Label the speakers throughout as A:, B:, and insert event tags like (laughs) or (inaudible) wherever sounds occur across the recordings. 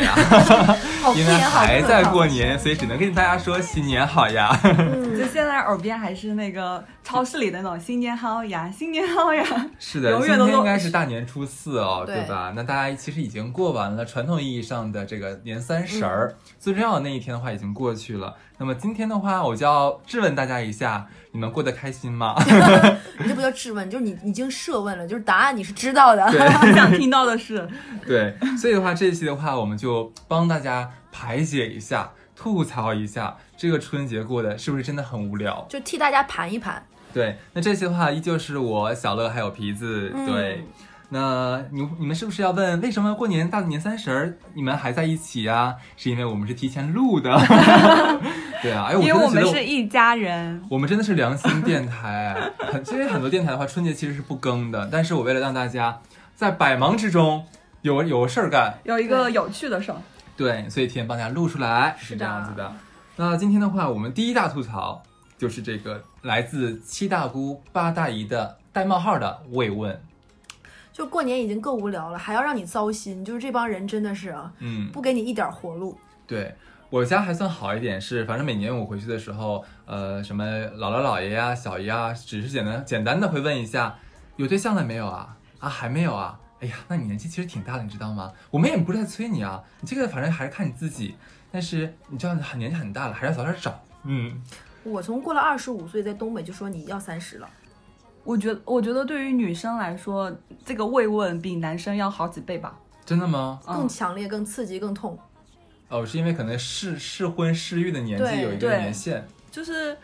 A: (laughs)
B: 哦
C: 好敷
B: 因为
C: 衍，好
B: 还
C: 客
B: 在
C: 套
B: 过年，所以只能跟大家说新年好呀。
C: 嗯
A: 就现在耳边还是那个超市里的那种“新年好呀，新年好呀
B: (laughs) 是的，
A: 永
B: 今
A: 远都
B: 天
A: 弄
B: 应该是大年初四哦，
C: 对
B: 对吧？那大家其实已经过完了传统意义上的这个年三十儿，
A: 嗯
B: 最重要的那一天的话已经过去了。那么今天的话，我就要质问大家一下，你们过得开心
A: (laughs)
B: 吗？
C: 你这不叫质问，就是你已经设问了，就是答案你是知道的。
B: 对”，
A: 我想听到
B: (laughs)
A: 的是，
B: 对，所以的话，这一期的话，我们就帮大家排解一下，吐槽一下这个春节过得是不是真的很无聊。
C: 就替大家盘一盘，
B: 对，那这期的话依旧是我小乐还有皮子，
C: 嗯
B: 对。那你你们是不是要问为什么过年大年三十儿你们还在一起啊？是因为我们是提前录
A: (laughs)
B: 的，对啊，哎，我
A: 因为
B: 真的
A: 我
B: 觉得
A: 们是一家人。
B: 我们真的是良心电台，很 (laughs) 其实很多电台的话，春节其实是不更的，但是我为了让大家在百忙之中有有事儿干，
A: 有一个有趣的事儿，
B: 对，所以提前帮大家录出来
C: 是
B: 是
C: 的
B: 这样子的。那今天的话，我们第一大吐槽就是这个来自七大姑八大姨的带冒号的慰问。
C: 就过年已经够无聊了，还要让你糟心，就是这帮人真的是啊，
B: 嗯，
C: 不给你一点活路。
B: 对我家还算好一点，是反正每年我回去的时候，呃，什么姥姥姥爷呀、小姨啊，只是简单简单的会问一下，有对象了没有啊？啊，还没有啊？哎呀，那你年纪其实挺大的，你知道吗？我们也不是在催你啊，你这个反正还是看你自 (laughs) 己。但是你知道，很年纪很大了，还是要早点找。嗯，
C: 我从过了二十五岁，在东北就说你要三十了，
A: 我觉得我觉得对于女生来说，这个慰问比男生要好几倍吧。
B: 真的吗？
C: 更
A: 嗯，
C: 强烈、更刺激、更痛。
B: 哦，是因为可能适适婚适育的年纪
C: 对
B: 有一个
A: 对
B: 年限，
A: 就是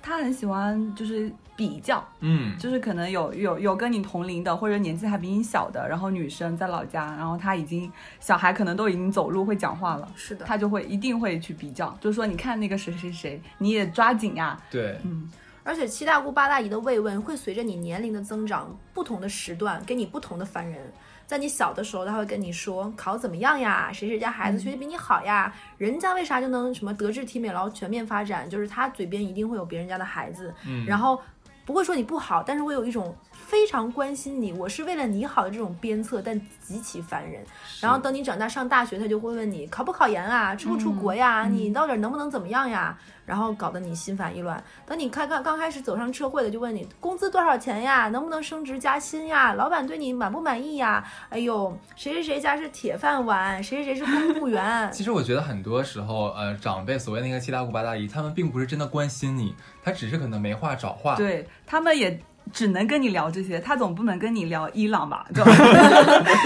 A: 他很喜欢就是比较，
B: 嗯，
A: 就是可能有有有跟你同龄的或者年纪还比你小的，然后女生在老家，然后她已经小孩可能都已经走路会讲话了。
C: 是的，
A: 他就会一定会去比较，就说你看那个谁谁谁，你也抓紧呀、
B: 对，
A: 嗯，
C: 而且七大姑八大姨的慰问会随着你年龄的增长，不同的时段给你不同的烦人。在你小的时候，他会跟你说考怎么样呀，谁谁家孩子学习比你好呀，人家为啥就能什么德智体美劳全面发展？就是他嘴边一定会有别人家的孩子，
B: 嗯，
C: 然后不会说你不好，但是会有一种非常关心你，我是为了你好的这种鞭策，但极其烦人。然后
B: 是
C: 等你长大上大学，他就会问你考不考研啊，出不出国呀，你到底能不能怎么样呀？然后搞得你心烦意乱。等你开刚刚开始走上社会了，就问你工资多少钱呀，能不能升职加薪呀，老板对你满不满意呀？哎呦，谁谁谁家是铁饭碗，谁谁谁是公务员。
B: 其实我觉得很多时候，呃，长辈所谓那个七大姑八大姨，他们并不是真的关心你，他只是可能没话找话。
A: 对他们也只能跟你聊这些，他总不能跟你聊伊朗吧？就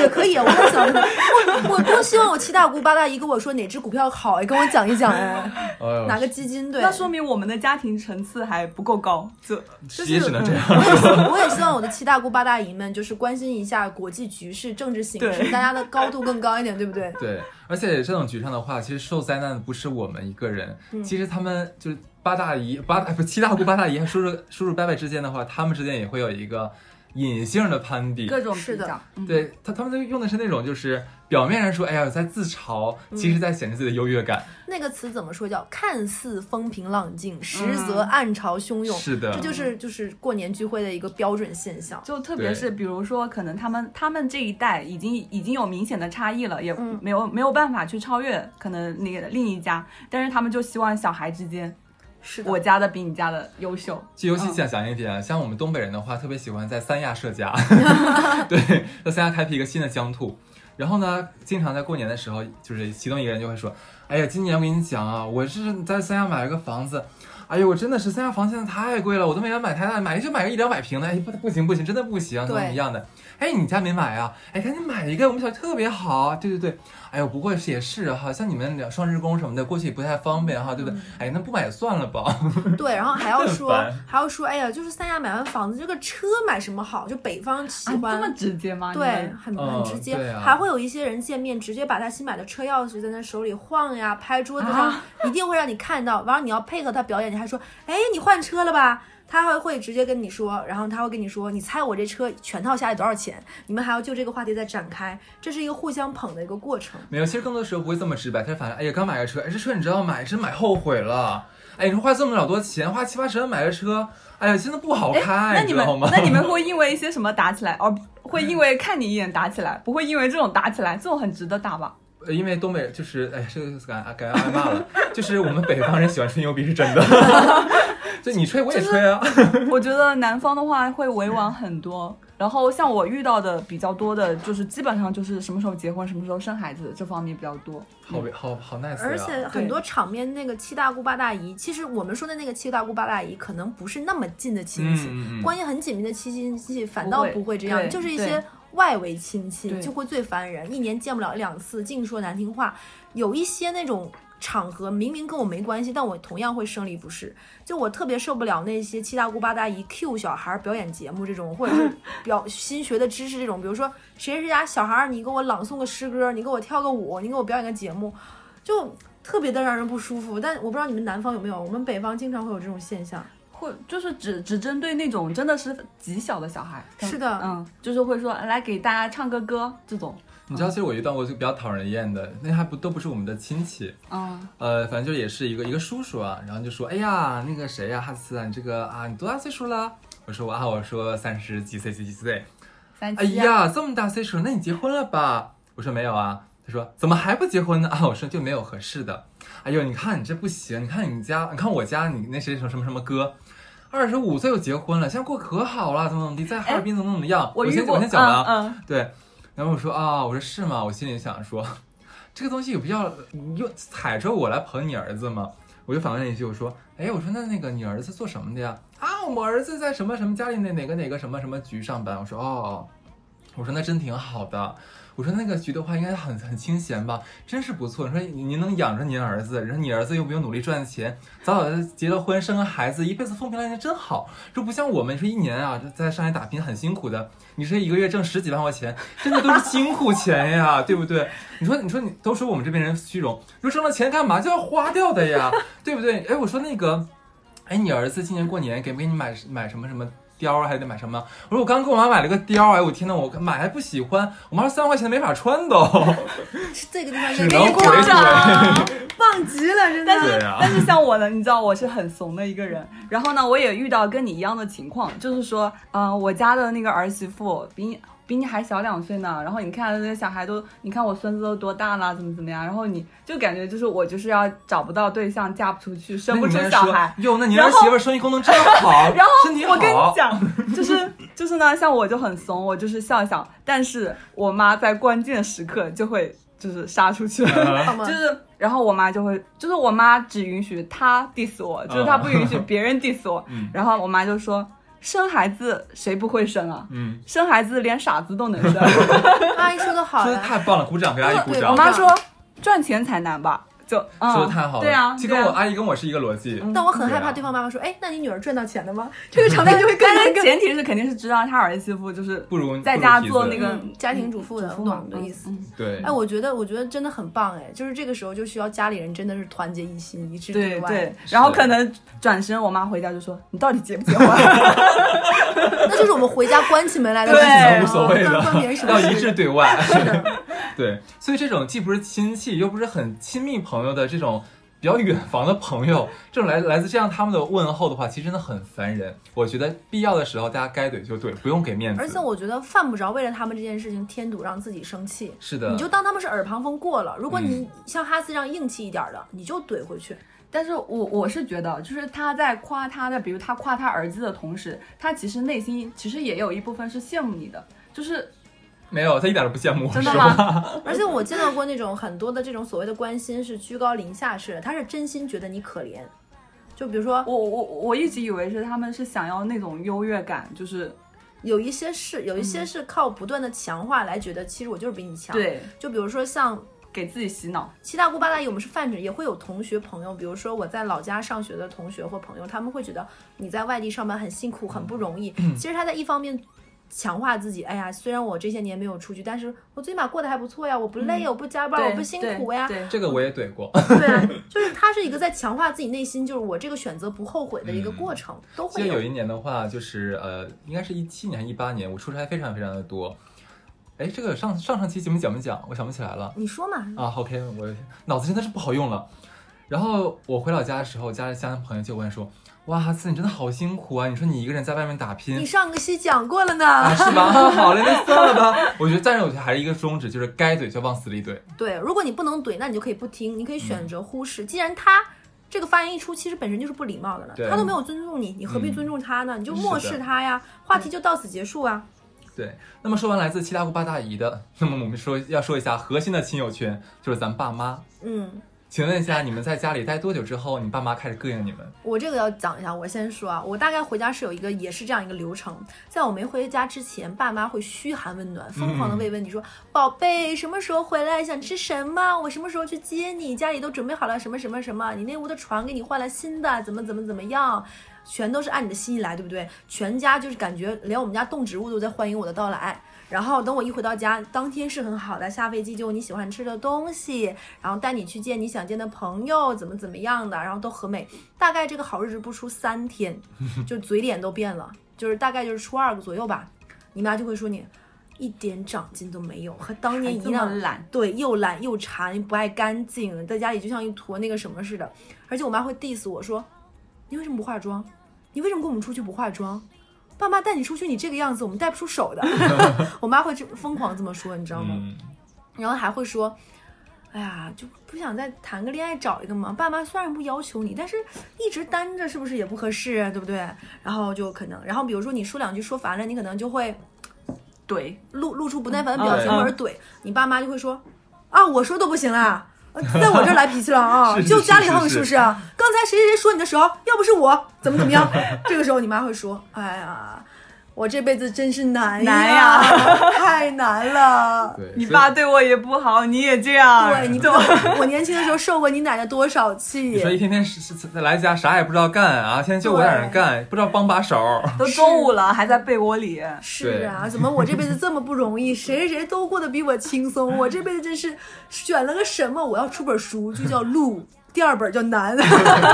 C: 也可以，啊我也想，我我多希望我七大姑八大姨跟我说哪只股票好，哎，跟我讲一讲哎，
B: 呃，
C: 哪个基金 (laughs) 对。
A: 那说明我们的家庭层次还不够高，就就是嗯
B: 也只能这样。
C: 我也希望， (laughs) 我也希望我的七大姑八大姨们就是关心一下国际局势、政治形势，
A: 对
C: 大家的高度更高一点，对不对？
B: 对，而且这种局上的话，其实受灾难的不是我们一个人，
A: 嗯
B: 其实他们就是八大姨、八大不七大姑八大姨和叔叔叔叔伯伯之间的话，他们之间也会有一个隐性的攀比。
A: 各种
C: 是
A: 比
C: 的
A: 较。嗯，
B: 对他，他们都用的是那种，就是表面上说，哎呀，我在自嘲，
A: 嗯
B: 其实在显示自己的优越感。
C: 那个词怎么说？叫看似风平浪静，实则暗潮汹涌。
B: 是的
C: 这就是就是过年聚会的一个标准现象。
A: 就特别是比如说，可能他们他们这一代已经已经有明显的差异了，也
C: 嗯
A: 没有、没有办法去超越可能那个另一家，但是他们就希望小孩之间，
C: 是
A: 我家的比你家的优秀，
B: 就尤
C: 嗯
B: 其想讲一点，像我们东北人的话，特别喜欢在三亚设
C: (laughs)
B: 家，对，在三亚开辟一个新的疆土。然后呢，经常在过年的时候，就是其中一个人就会说：“哎呀，今年我跟你讲啊，我是在三亚买了个房子，哎呦，我真的是三亚房现在太贵了，我都没敢买太大，买就买个一两百平的，哎，不不行不行，真的不行，怎
C: 对
B: 么怎么样的？哎，你家没买啊？哎，赶紧买一个，我们小区特别好，对对对。哎呦，不过也是哈，像你们俩双职工什么的，过去也不太方便哈，对
C: 嗯
B: 不对？哎，那不买算了吧。”
C: 对，然后还要说
B: 很烦
C: 还要说，哎呀，就是三亚买完房子，这个车买什么好？就北方喜
A: 啊，这
C: 欢。
A: 么直接吗？你
C: 对，
A: 们，
C: 很
B: 嗯
C: 很直接、
B: 对啊
C: 还会有一些人见面直接把他新买的车钥匙在他手里晃呀，拍桌子上，
A: 啊
C: 一定会让你看到。然后你要配合他表演，你还说，哎，你换车了吧？他还会直接跟你说，然后他会跟你说，你猜我这车全套下来多少钱？你们还要就这个话题再展开，这是一个互相捧的一个过程。
B: 没有，其实更多时候不会这么直白，他是反正哎呀，刚买个车，哎，这车你知道买真买后悔了，哎，你说花这么老多钱，花七八十万买个车，哎呀，真的不好开，
A: 那你们
B: 知道吗？
A: 那你们会因为
B: (laughs)
A: 一 (laughs) 些什么打起来？哦，会因为看你一眼打起来，不会因为这种打起来，这种很值得打吧？
B: 呃因为东北就是哎，这个感感觉挨骂了，就是我们北方人喜欢吹牛逼是真的， (laughs) 就你吹我也吹啊，
A: 我觉得南方的话会委婉很多。然后像我遇到的比较多的，就是基本上就是什么时候结婚、什么时候生孩子这方面比较多。
B: 好好好 nice 啊。
C: 而且很多场面那个七大姑八大姨，其实我们说的那个七大姑八大姨，可能不是那么近的亲戚，
B: 嗯嗯嗯
C: 关系很紧密的亲戚反
A: 不
C: 倒
A: 会
C: 不会这样，
A: 对
C: 就是一
A: 对
C: 些外围亲戚
A: 对
C: 就会最烦人，一年见不了一两次，净说难听话。有一些那种场合，明明跟我没关系，但我同样会生理不适。就我特别受不了那些七大姑八大姨 Q 小孩儿表演节目这种，或者是表新学的知识这种，比如说谁谁谁家小孩儿，你给我朗诵个诗歌，你给我跳个舞，你给我表演个节目，就。特别的让人不舒服，但我不知道你们南方有没有，我们北方经常会有这种现象。
A: 会就是只只针对那种真的是极小的小孩，
C: 是的
A: 嗯，就是会说来给大家唱个歌这种，
B: 你知道，其实我遇到过就比较讨人厌的，那还不都不是我们的亲戚，
A: 嗯，
B: 呃，反正就也是一个一个叔叔啊，然后就说，哎呀，那个谁呀、哈斯啊，你这个啊，你多大岁数了？我说我啊，我说三十几岁，几几
A: (laughs)
B: 岁？
A: 三
B: 哎
A: 七啊呀，
B: 呀，这么大岁数，那你结婚了吧？我说没有啊。他说怎么还不结婚呢？ (laughs) 啊，我说就没有合适的。哎呦，你看你这不行，你看你家，你看我家，你那谁什么什么什么哥，二十五岁就结婚了，现在过可好了，怎么怎么地，在哈尔滨怎么怎么样。我
A: 哎遇
B: 先
A: 过，
B: 我先讲了啊，
A: 嗯嗯，
B: (laughs) 对，然后我说啊，我说是吗？我心里想说， (laughs) 这个东西有必要你用踩着我来捧你儿子吗？我就反问了一句，我说，哎，我说那那个你儿子做什么的呀？啊，我儿子在什么什么家里哪哪个哪个什么什么局上班。我说哦，我说那真挺好的。我说那个局的话应该很很清闲吧，真是不错。你说您能养着您儿子，然后你儿子又不用努力赚钱，早早的结了婚，生个孩子，一辈子风平浪静真好。这不像我们，你说一年啊，这在上海打拼很辛苦的，你说一个月挣十几万块钱，真的都是辛苦钱呀，对不对？你说你说你都说我们这边人虚荣，你说挣了钱干嘛就要花掉的呀，对不对？哎，我说那个，哎，你儿子今年过年给不给你买买什么什么？貂儿还得买什么？我说我刚给我妈买了个貂儿，哎，我天呐，我买还不喜欢，我妈说三万块钱没法穿都，
C: 这个地方
B: 只
C: 给
B: 能
C: 你
B: 回
C: 鼓掌，
B: 嘴。
C: 棒极了，真的。
A: 但是
B: 对啊
A: 但是像我呢，你知道我是很怂的一个人。然后呢，我也遇到跟你一样的情况，就是说，嗯、我家的那个儿媳妇比你比你还小两岁呢。然后你看那些小孩都，你看我孙子都多大啦，怎么怎么样。然后你就感觉就是我就是要找不到对象，嫁不出去，生不出
B: 那你
A: 小
B: 说
A: 孩。
B: 哟，那你
A: 然
B: 儿
A: 后
B: 媳妇儿生意功能真好，
A: (laughs) 然后
B: 身体好。
A: 我跟你讲，就是就是呢，像我就很怂，我就是笑笑，但是我妈在关键时刻就会就是杀出
B: (laughs)
A: 去。(laughs)
C: 好吗
A: 就？是，然后我妈就会，就是我妈只允许她 diss 我，就是她不允许别人 diss 我。
B: 嗯
A: 然后我妈就说：“生孩子谁不会生啊？
B: 嗯，
A: 生孩子连傻子都能生。
B: (laughs)
C: 阿姨说的好
B: 说的
C: 呀，
B: 太棒了，鼓掌给阿姨鼓
C: 对
B: 掌
A: 嗯我。妈说：“赚钱才难吧？”就、嗯、
B: 说的太好了，
A: 对啊，
B: 其实
A: 对
B: 跟我
A: 啊嗯
B: 阿姨跟我是一个逻辑。
C: 但我很害怕对方妈妈说：“哎，那你女儿赚到钱了吗？”这个场 (laughs) 面就会更
A: 但
C: 那
A: 是
C: 个。
A: 前提是肯定是知道她儿媳妇就是
B: 不如
A: 在家做那个
C: 嗯家庭主妇的
A: 主妇
C: 我
A: 嘛
C: 懂你的意思
A: 嗯嗯
B: 对
C: (laughs) 哎，，我觉得，我觉得真的很棒哎，就是这个时候就需要家里人真的是团结一心，一致
A: 对
C: 外。
A: 对，然后可能转身，我妈回家就说：“你到底结不结婚？”
C: 那就是我们回家关起门来的
A: 对
C: 事情，
B: 无所谓
C: 啊
B: 的
C: 关别人什，么
B: 要
C: 事
B: 一致对外。 (laughs) 对，所以这种既不是亲戚，又不是很亲密朋友的这种比较远房的朋友，这种来来自这样他们的问候的话，其实真的很烦人。我觉得必要的时候大家该怼就怼，不用给面
C: 而且
B: 子。
C: 我觉得犯不着为了他们这件事情添堵，让自己生气。
B: 是的，
C: 你就当他们是耳旁风过了。如果你
B: 嗯
C: 像哈斯这样硬气一点的，你就怼回去。
A: 但是我我是觉得，就是他在夸他的，比如他夸他儿子的同时，他其实内心其实也有一部分是羡慕你的，就是
B: 没有，他一点都不羡慕我。
A: 真的啊
B: 是吧？ (laughs)
A: 吗？
C: 而且我见到过那种很多的这种所谓的关心是居高临下式的，他是真心觉得你可怜。就比如说
A: 我我我一直以为是他们是想要那种优越感，就是
C: 有一些是有一些是靠不断的强化来觉得，其实我就是比你强。，
A: 对
C: 就比如说像
A: 给自己洗脑，
C: 七大姑八大姨，我们是泛指，也会有同学朋友，比如说我在老家上学的同学或朋友，他们会觉得你在外地上班很辛苦，很不容易。
A: 嗯
C: 其实他在一方面强化自己，哎呀，虽然我这些年没有出去，但是我最起码过得还不错呀，我不累呀，我不加班，
A: 嗯对
C: 我不辛苦呀。
A: 对，对
B: 这个我也怼过。
C: 对
B: (laughs)
C: 啊，就是他是一个在强化自己内心，就是我这个选择不后悔的一个过程，都
B: 记得
C: 会
B: 嗯有
C: 有。
B: 一年的话，就是呃，应该是一七年、一八年，我出差非常非常的多。哎，这个上上上期节目讲没讲？我想不起来了
C: 你说嘛？
B: 啊。OK，我脑子真的是不好用了。然后我回老家的时候，家里家人朋友就问说：“哇塞，你真的好辛苦啊！你说你一个人在外面打拼
C: 你，上个期讲过了呢，
B: 啊，是吧？好嘞，那算了吧。我觉得站着，我觉得还是一个宗旨，就是该怼就往死里怼。
C: 对，如果你不能怼，那你就可以不听，你可以选
B: 嗯
C: 择忽视。既然他这个发言一出，其实本身就是不礼貌的了
B: 对，嗯
C: 他都没有尊重你，你何必尊重他呢？你就漠
B: 是的
C: 视他呀，话题就到此结束啊。
B: 对，那么说完来自七大姑八大姨的，那么我们说要说一下核心的亲友圈，就是咱爸妈。
C: 嗯，
B: 请问一下，你们在家里待多久之后，你爸妈开始膈应你们？
C: 我这个要讲一下，我先说啊，我大概回家是有一个也是这样一个流程，在我没回家之前，爸妈会嘘寒问暖，疯狂的慰问你说，宝贝什么时候回来，想吃什么，我什么时候去接你，家里都准备好了什么什么什么，你那屋的床给你换了新的，怎么怎么怎么样。全都是按你的心意来，对不对？全家就是感觉连我们家动植物都在欢迎我的到来。然后等我一回到家，当天是很好的，下飞机就有你喜欢吃的东西，然后带你去见你想见的朋友，怎么怎么样的，然后都很美。大概这个好日子不出三天，就嘴脸都变了，就是大概就是初二左右吧，你妈就会说你一点长进都没有，和当年
A: 还
C: 哎一
A: 哎这么
C: 样
A: 懒，
C: 对，又懒又馋，不爱干净，在家里就像一坨那个什么似的。而且我妈会 diss 我说：“你为什么不化妆？你为什么跟我们出去不化妆？爸妈带你出去，你这个样子，我们带不出手的。” (laughs) 我妈会这疯狂这么说，你知道吗？
B: 嗯，
C: 然后还会说：“哎呀，就不想再谈个恋爱找一个嘛。爸妈虽然不要求你，但是一直单着是不是也不合适，啊对不对？然后就可能，然后比如说你说两句说烦了，你可能就会
A: 怼，
C: 露露出不耐烦的表情
B: 嗯！
C: 或者怼，你爸妈就会说：啊，我说都不行啦。”呃在我这儿来脾气了啊
B: (laughs) 是是
C: 就家里他们
B: 是是
C: 是不是啊？刚才谁谁谁说你的时候，要不是我，怎么怎么样？ (laughs) 这个时候你妈会说：“哎呀，我这辈子真是难
A: 难
C: 呀
A: 呀，
C: 太难了。”
B: 对，
A: 你
B: 所以
A: 爸对我也不好，你也这样，
C: 对，你知道我年轻的时候受过你奶奶多少
B: 你说一
C: 气？
B: 天天是是是来家啥也不知道干啊，天天就我俩人干，不知道帮把手。
A: 都中午了还在被窝里，
C: 是啊，怎么我这辈子这么不
B: (laughs)
C: 容易？谁谁谁都过得比我轻松，我这辈子真是选了个什么？我要出本书，就叫《路》，第二本叫《难》。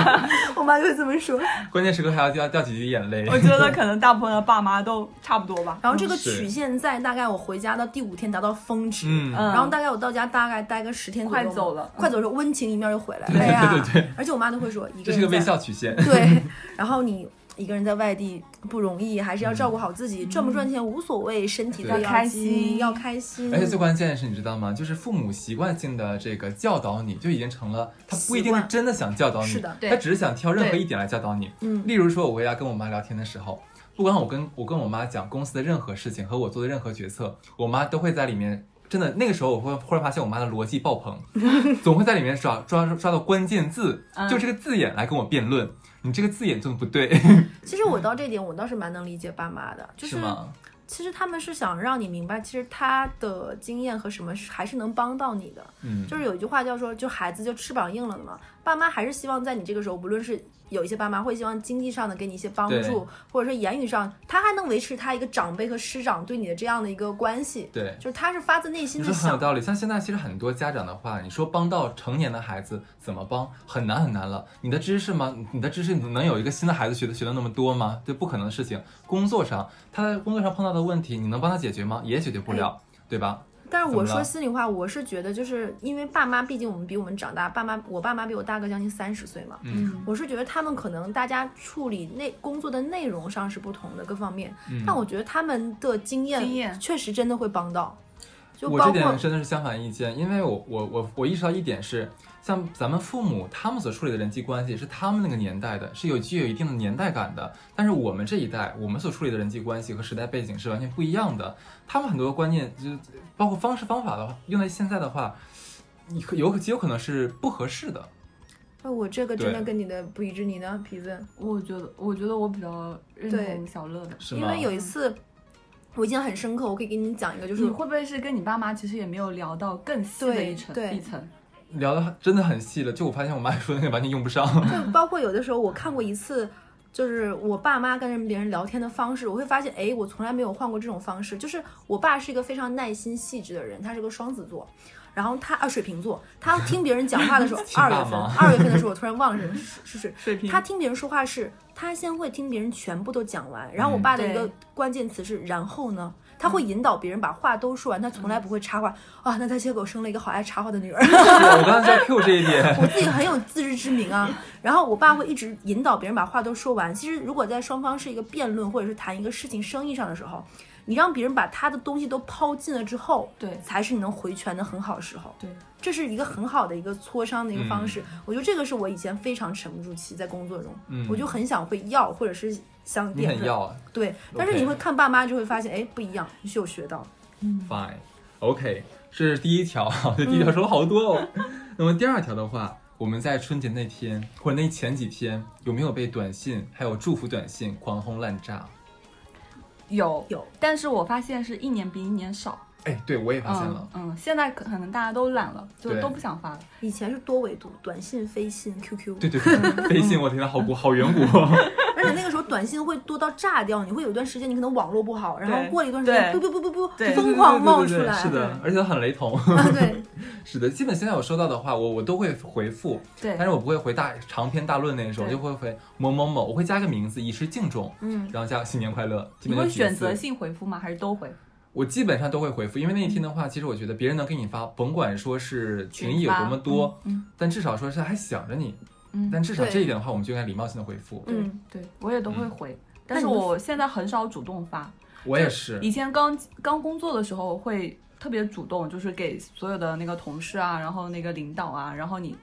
C: (laughs) 我妈就会这么说。
B: 关键时刻还要掉掉几滴眼泪。
C: 哦
A: 我觉得可能大部分的爸妈都差不多吧。
C: 然后这个
B: 是
C: 曲线在大概我回家到第五天达到峰值，
B: 嗯
C: 然后大概我到家大概待个十天左右吧，
A: 快走了
C: 快走了，温情一面就回来了。哎呀，
B: 对对对
C: 而且我妈都会说，一
B: 这
C: 个
B: 是个
C: 人
B: 微
C: 在
B: 笑曲线。
C: 对，
B: (laughs)
C: 然后你一个人在外地不容易，还是要照顾好自己，赚不赚钱无所谓，身
B: 嗯
C: 体
B: 对
C: 最
B: 要哎
A: 开
C: 紧
A: 心
C: 要开心。
B: 而且最关键的是，你知道吗？就是父母习惯性的这个教导你，就已经成了他不一定
C: 习
B: 是
C: 惯
B: 真的想教导你，
C: 是的
B: 他
A: 对
B: 只是想挑任何
A: 对
B: 一点来教导你。
C: 嗯，
B: 例如说，我回家跟我妈聊天的时候，不管我跟我跟我妈讲公司的任何事情和我做的任何决策，我妈都会在里面。真的，那个时候我会忽然发现我妈的逻辑爆
C: (laughs)
B: 棚，总会在里面抓抓抓到关键字，
A: 嗯
B: 就这个字眼来跟我辩论，你这个字眼做的不对，
C: 其实我到这点我倒是蛮能理解爸妈的，就是
B: 是嗯吗？
C: 其实他们是想让你明白，其实他的经验和什么是还是能帮到你的。
B: 嗯，
C: 就是有一句话叫说，就孩子就翅膀硬了的嘛。爸妈还是希望在你这个时候，不论是有一些爸妈会希望经济上的给你一些帮
B: 对
C: 助，或者说言语上，他还能维持他一个长辈和师长对你的这样的一个关系。
B: 对。
C: 就是他是发自内心
B: 你
C: 的
B: 说很有
C: 想，
B: 道理，像现在其实很多家长的话，你说帮到成年的孩子怎么帮，很难很难了。你的知识吗？你的知识能有一个新的孩子学的学的那么多吗？这不可能的事情。工作上，他在工作上碰到的问题，你能帮他解决吗？也解决不了，
C: 哎
B: 对吧？
C: 但是
B: 怎么
C: 我
B: 了
C: 说心里话，我是觉得就是因为爸妈，毕竟我们比我们长大，爸妈我爸妈比我大个将近三十岁嘛，
B: 嗯
C: 我是觉得他们可能大家处理内工作的内容上是不同的各方面，
B: 嗯
C: 但我觉得他们的经验
A: 经验
C: 确实真的会帮到，就
B: 我
C: 包
B: 这点
C: 括
B: 真的是相反意见，因为我我我我意识到一点是，像咱们父母他们所处理的人际关系是他们那个年代的，是有具有一定的年代感的。但是我们这一代，我们所处理的人际关系和时代背景是完全不一样的。他们很多观念，就是包括方式方法的话，用在现在的话，你可有极有可能是不合适的。
C: 哎我这个真的
B: 对
C: 跟你的不一致，你呢，皮子？
A: 我觉得，我觉得我比较认
C: 对
A: 同小乐的。
B: 是
C: 因
B: 吗
C: 为有一次我印象很深刻，我可以给你讲一个，就
A: 就是是会不会是跟你爸妈其实也没有聊到更细的
C: 对
A: 一层
C: 对
A: 一层？
B: 聊的真的很细了，就我发现我妈说的那个完全用不上。 (laughs)，
C: 就包括有的时候我看过一次，就是我爸妈跟别人聊天的方式，我会发现，哎，我从来没有换过这种方式。就是我爸是一个非常耐心细致的人，他是个双子座。然后他啊，水瓶座，他听别人讲话的时候
B: 请
C: 二
B: 爸
C: 月份
B: 妈，
C: 二月份的时候，我突然忘了是是是
A: 水平
C: 他听别人说话是，他先会听别人全部都讲完，然后我爸的一个
A: 对
C: 关键词是“然后呢”，他会引导别人把话都说完，他从来不会插话啊。那他结果生了一个好爱插话的女儿，
B: 我刚才在 Q 这一点，
C: (laughs) 我自己很有自知之明啊。然后我爸会一直引导别人把话都说完。其实如果在双方是一个辩论或者是谈一个事情生意上的时候，你让别人把他的东西都抛尽了之后，
A: 对
C: 才是你能回拳的很好时候。
A: 对，
C: 这是一个很好的一个磋商的一个方式。我觉得这个是我以前非常沉不住气在工作中，
B: 嗯
C: 我就很想会要或者是想
B: 你
C: 辩
B: 很
C: 论，
B: 要啊
C: 对。但是
B: OK
C: 你会看爸妈就会发现，哎，不一样，你是有学到的。
B: fine。OK，这是第一条， (laughs) 这第一条说了好多哦。
A: 嗯
B: (laughs) 那么第二条的话，我们在春节那天或者那前几天，有没有被短信还有祝福短信狂轰滥炸？
A: 有
C: 有，
A: 但是我发现是一年比一年少。
B: 哎，对我也发现了
A: 嗯，嗯，现在可可能大家都懒了，就
B: 对
A: 都不想发了。
C: 以前是多维度，短信、飞信、QQ，
B: (laughs) 对对对，微信我天呐，好古好远古。哦
C: 而且那个时候短信会多到炸掉，你会有一段时间你可能网络不好，然后
A: 对
C: 过了一段时间，不
A: 对
C: 不不不不，
A: (laughs) 对
C: 疯狂冒出
B: (laughs)
C: 来，
B: 对对对对对是的，而且都很雷同。 (laughs)
C: 啊，对，
B: 是的，基本现在我收到的话，我我都会回复，
A: 对
B: 但是我不会回大长篇大论那种，我
A: 嗯对
B: 就会回某某某，我会加个名字以示敬重，
C: 嗯，
B: 然后加新年快乐。基
A: 你
B: 本就
A: 会
B: 几个
A: 选择
B: 字，
A: 性回复吗？还是都回？
B: 我基本上都会回复，因为那一天的话，其实我觉得别人能给你发，甭管说是情谊有多么多，
A: 嗯
B: 但至少说是还想着你，
A: 嗯，
B: 但至少
C: 对
B: 这一点的话，我们就应该礼貌性的回复。
A: 对
C: 嗯
A: 对，我也都会
B: 嗯
A: 回，
C: 那
A: 但是
C: 你会
A: 我现在很少主动发。
B: 我也是，
A: 以前刚刚工作的时候会特别主动，就是给所有的那个同事啊，然后那个领导啊，然后你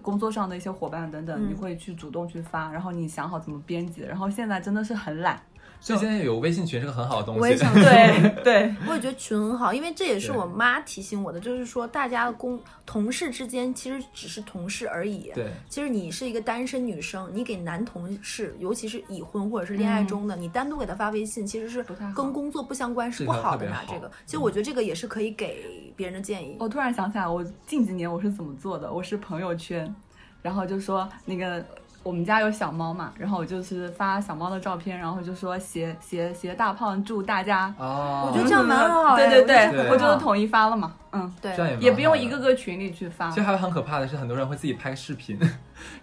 A: 工作上的一些伙伴等等，
C: 嗯
A: 你会去主动去发，然后你想好怎么编辑，然后现在真的是很懒。
B: 所以现在有微信群是个很好的东西。
C: 我
B: (laughs)
C: 也想
A: (laughs) 对对，
C: 我也觉得群很好，因为这也是
B: 对
C: 我妈提醒我的，就是说大家的工同事之间其实只是同事而已。
B: 对，
C: 其实你是一个单身女生，你给男同事，尤其是已婚或者是恋爱中的，你单独给他发微信，其实是
A: 嗯不太好
C: 跟工作不相关，是
B: 这
C: 不
B: 条
C: 好
B: 特
C: 的
B: 别
C: 呐。
B: 好嗯
C: 这个，其实我觉得这个也是可以给别人的建议。
A: 我突然想起来，我近几年我是怎么做的？我是朋友圈，然后就说那个我们家有小猫嘛，然后我就是发小猫的照片，然后就说携携携大胖祝大家。
B: 哦，
C: 我觉得这样蛮好哎
A: 对对
C: 我觉得
B: 这样
A: 对，
B: 很
A: 我就
B: 好
A: 是统一发了嘛，嗯，
C: 对
B: 这，样也蛮
A: 也不用
B: 好的
A: 一个个群里去发
B: 其，实还有很可怕的是，很多人会自己拍视频，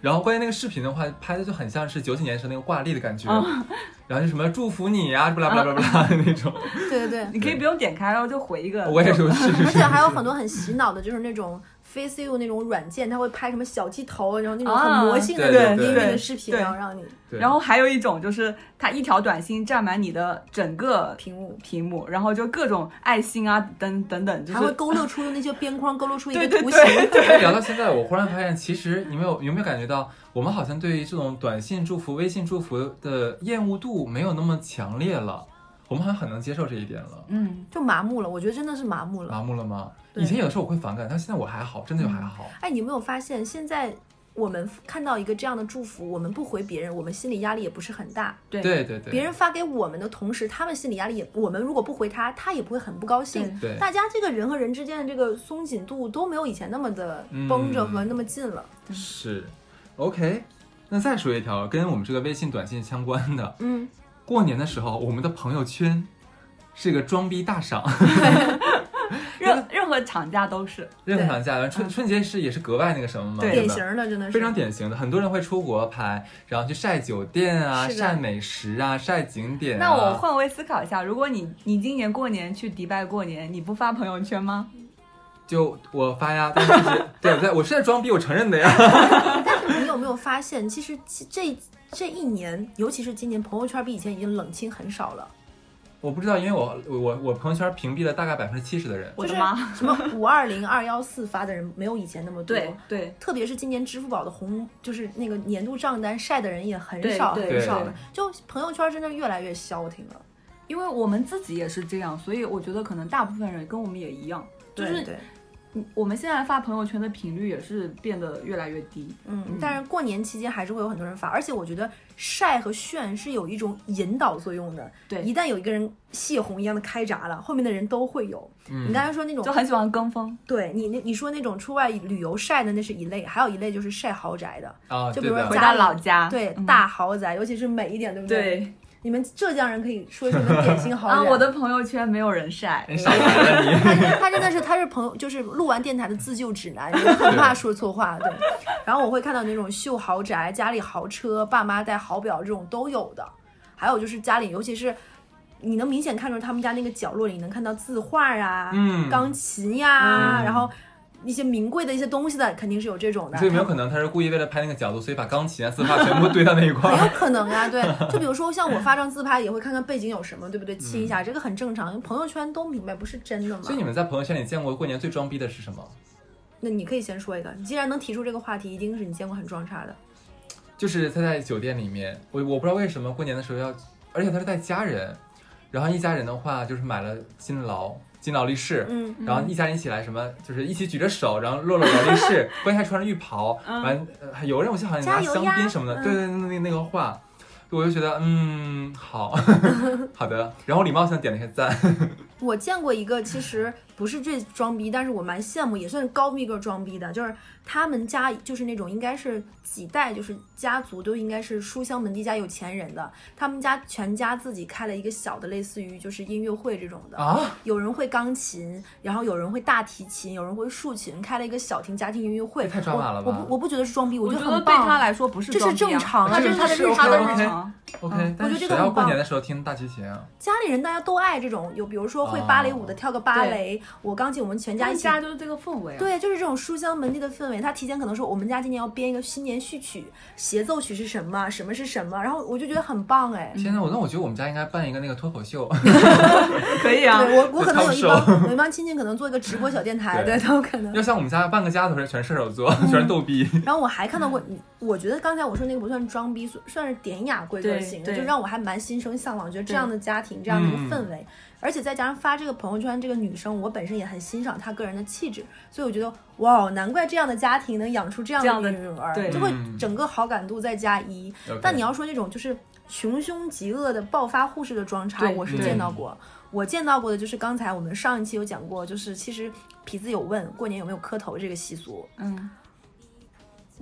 B: 然后关键那个视频的话，拍的就很像是九几年时候那个挂历的感觉，
A: 哦
B: 然后就什么祝福你啊呀、不啦不啦
A: 嗯
B: 不啦不啦的那
A: (laughs)
B: 种。
C: 对对对。
A: 你可以不用点开，然后就回一个。
B: 我也是，是
C: 而
B: 是
C: 且
B: 是，
C: 还有很多很洗脑的，就是那种 Face You 那种软件，它会拍什么小鸡头，啊然后那种很魔性的
B: 对
C: 那种
B: 对
C: 音乐
A: 啊对
C: 的视频，
A: 对
C: 然后让你
B: 对
A: (laughs) 然后还有一种就是它一条短信占满你的整个屏
C: 屏幕，
A: 屏幕，然后就各种爱心啊等等等，就
C: 还会
A: 是
C: 勾勒出那些边框，勾勒出一个
A: 对对
C: 图形。
A: 对对，
B: 聊到现在，我忽然发现，其实你们有有没有感觉到，我们好像对于这种短信祝福、微信祝福的厌恶度没有那么强烈了，我们好像很能接受这一点了。
A: 嗯，
C: 就麻木了，我觉得真的是麻木了。
B: 麻木了吗？
C: 对
B: 以前有的时候我会反感，但现在我还好，真的就还好。
C: 哎，你有没有发现现在我们看到一个这样的祝福，我们不回别人，我们心理压力也不是很大。
A: 对
B: 对对对，
C: 别人发给我们的同时，他们心理压力也，我们如果不回他，他也不会很不高兴。
B: 对
C: 大家这个人和人之间的这个松紧度都没有以前那么的
B: 嗯
C: 绷着和那么近了。
B: 是，OK。那再说一条跟我们这个微信短信相关的，
C: 嗯，
B: 过年的时候，我们的朋友圈是个装逼大赏， (laughs)
A: 任任何厂家都是，
B: 任何厂
C: 嗯
B: 家，春春节是也是格外那个什么嘛，
A: 对
B: 对
C: 典
B: 吧
C: 型的真的是
B: 非常典型的，很多人会出国拍，然后去晒酒店啊、
C: 是的
B: 晒美食啊、晒景点、啊。
A: 那我换位思考一下，如果你你今年过年去迪拜过年，你不发朋友圈吗？
B: 就我发呀，但是就是 (laughs) 对，我在我是在装逼，我承认的呀。 (laughs)
C: 但是你有没有发现，其实其这这一年，尤其是今年，朋友圈比以前已经冷清很少了。
B: 我不知道，因为我我我朋友圈屏蔽了大概百分之七十的人。
A: 我
C: 就
A: 的
C: 是
A: 妈！
C: 什么五二零二幺四发的人没有以前那么多。
A: 对对
C: 特别是今年支付宝的红，就是那个年度账单晒的人也很
A: 对
C: 少
A: 对
C: 很少
B: 对
C: 了，就朋友圈真的越来越消停了。
A: 因为我们自己也是这样，所以我觉得可能大部分人跟我们也一样，就
C: 对
A: 是
C: 对，
A: 我们现在发朋友圈的频率也是变得越来越低。
C: 嗯，但是过年期间还是会有很多人发，而且我觉得晒和炫是有一种引导作用的。
A: 对
C: 一旦有一个人泄洪一样的开闸了，后面的人都会有。
B: 嗯
C: 你刚才说那种
A: 就很喜欢跟风，
C: 对你那你说那种出外旅游晒的那是一类，还有一类就是晒豪宅的，
B: 啊，
C: 就
B: 对
C: 比如说
A: 回
B: 的，
C: 家
A: 到老家，
C: 对、
A: 嗯
C: 大豪宅，尤其是美一点，对不对？
A: 对
C: 你们浙江人可以说什么典型豪
A: (laughs)
C: 宅？
A: 啊，我的朋友圈没有人晒，
B: 哎你少来
C: (laughs)
B: 了你。
C: 他真他真的是他是朋友，就是录完电台的自救指南，就是很怕说错话。对，然后我会看到那种秀豪宅、家里豪车、爸妈带好表这种都有的，还有就是家里，尤其是。你能明显看出他们家那个角落里能看到字画啊、
B: 嗯
C: 钢琴呀、
B: 嗯
C: 然后一些名贵的一些东西的，肯定是有这种的。
B: 所以有没有可能他是故意为了拍那个角度，所以把钢琴啊、字画全部堆到那一
C: (laughs)
B: 块
C: 很
B: (laughs)
C: 有
B: 儿？
C: 可能呀、对，就比如说像我发张自拍，也会看看背景有什么，对不对？亲一下，这个很正常，因为朋友圈都明白不是真的嘛
B: 所以。你们在朋友圈里见过过年最装逼的是什么？
C: 那你可以先说一个，你既然能提出这个话题，一定是你见过很装叉的。
B: 就是他在酒店里面，我我不知道为什么过年的时候要，而且他是带家人，然后一家人的话就是买了金劳金劳力士，
C: 嗯，
B: 然后一家人一起来什么，就是一起举着手，然后落落劳力士，关键还穿着浴袍，
A: 嗯
B: 完、呃还有人我记得好像拿
C: 加油
B: 香
C: 呀
B: 槟什么的，
C: 嗯
B: 对对对，那那个话。我就觉得，嗯，好，
C: (laughs)
B: 好的。然后礼貌性地点了一下赞，
C: 我见过一个，其实不是最装逼，但是我蛮羡慕，也算是高逼格装逼的，就是他们家就是那种应该是几代，就是家族都应该是书香门第加有钱人的，他们家全家自己开了一个小的，类似于就是音乐会这种的，
B: 啊，
C: 有人会钢琴，然后有人会大提琴，有人会竖琴，开了一个小型家庭音乐会，
B: 也太抓马了吧
C: 我我不我不觉得是装逼，
A: 我
C: 觉
A: 觉
C: 得
A: 得
C: 很
A: 对
C: 棒。
A: 他来说不是
C: 这是
A: 装逼啊
C: 正常啊
A: 这
B: 这
A: 是他
B: 个
A: 的
B: 是
A: 日常的
B: OK，OK
A: 日常。
B: OK，、
C: 嗯
B: 但
C: 我
B: 是谁
C: 觉得这个
B: 要
C: 很
B: 过
C: 棒
B: 年的时候听大提琴啊？
C: 家里人大家都爱这种，有比如说会芭蕾舞
B: 哦
C: 的跳个芭蕾，我钢琴，我们全
A: 他
C: 家一
A: 们
C: 起
A: 家就是这个氛围、啊。
C: 对，就是这种书香门第的氛围。他提前可能说，我们家今年要编一个新年序曲，协奏曲是什么，什么是什么，然后我就觉得很棒哎。
A: 嗯
B: 天呐，我那我觉得我们家应该办一个那个脱口秀，
C: 嗯
A: 可以啊，
C: 对我，我可能有一
B: 就
C: 帮有一帮亲戚可能做一个直播小电台，
B: (laughs) 对
C: 对，他们可能。
B: 要像我们家半个家都是全射手座，
C: 嗯
B: 全是逗逼。
C: 然后我还看到
A: 嗯
C: 过，你我觉得刚才我说那个不算装逼，算算是典雅规格
A: 对
C: 型的，
A: 对
C: 就让我还蛮心生向往，觉得这样的家庭，这样的一个
B: 嗯
C: 氛围，而且再加上发这个朋友圈，这个女生我本身也很欣赏她个人的气质，所以我觉得哇，哦难怪这样的家庭能养出这
A: 这样
C: 样
A: 的
C: 的女儿，
A: 对
C: 就会
B: 嗯
C: 整个好感度再加一。
B: OK
C: 但你要说那种就是穷凶极恶的暴发户式的装叉，
A: 对
C: 我是
B: 对嗯
C: 见到过。我见到过的就是刚才我们上一期有讲过，就是其实痞子有问过年有没有磕头这个习俗，
A: 嗯，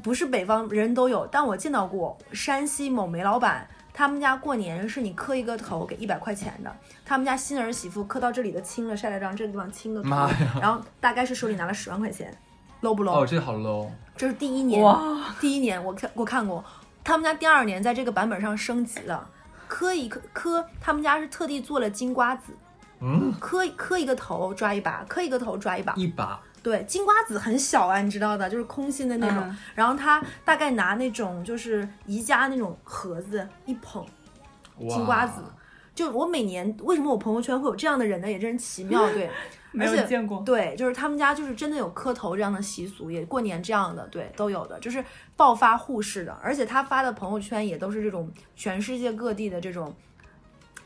C: 不是北方人都有，但我见到过山西某煤老板，他们家过年是你磕一个头给一百块钱的，他们家新儿媳妇磕到这里的青了，晒了张这个地方青的头
B: 妈呀，
C: 然后大概是手里拿了十万块钱，low 不 low？、
B: 哦，这好 low。
C: 这是第一年，
A: 哇，
C: 第一年我看我看过，他们家第二年在这个版本上升级了，磕一磕磕，他们家是特地做了金瓜子，
B: 嗯，
C: 磕磕一个头抓一把，磕一个头抓一把，
B: 一把
C: 对，金瓜子很小啊，你知道的，就是空心的那种。
A: 嗯
C: 然后他大概拿那种就是宜家那种盒子一捧
B: 哇
C: 金瓜子，就我每年为什么我朋友圈会有这样的人呢？也真是奇妙，
B: (laughs)
C: 对，
A: 没有见过。
C: 对，就是他们家就是真的有磕头这样的习俗，也过年这样的，对，都有的，就是暴发户式的。而且他发的朋友圈也都是这种全世界各地的这种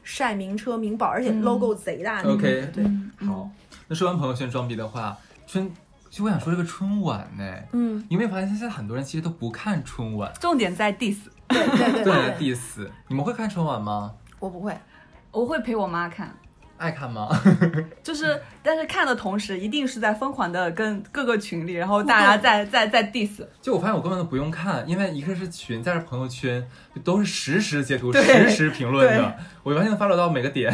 C: 晒名车名宝，而且 logo 贼大那种。
B: 嗯 OK，
C: 对，
A: 嗯
B: 好。那说完朋友圈装逼的话，春就我想说这个春晚呢，
C: 嗯，
B: 你有没有发现现在很多人其实都不看春晚，
A: 重点在 diss，
C: 对对对
B: 都在 (laughs) diss。你们会看春晚吗？
C: 我不会。
A: 我会陪我妈看，
B: 爱看吗？ (laughs)
A: 就是但是看的同时，一定是在疯狂的跟各个群里，然后大家在在在 diss，
B: 就我发现我根本都不用看，因为一个是群，再是朋友圈，就都是实时截图、
A: 对
B: 实时评论的，我完全 follow 到每个点。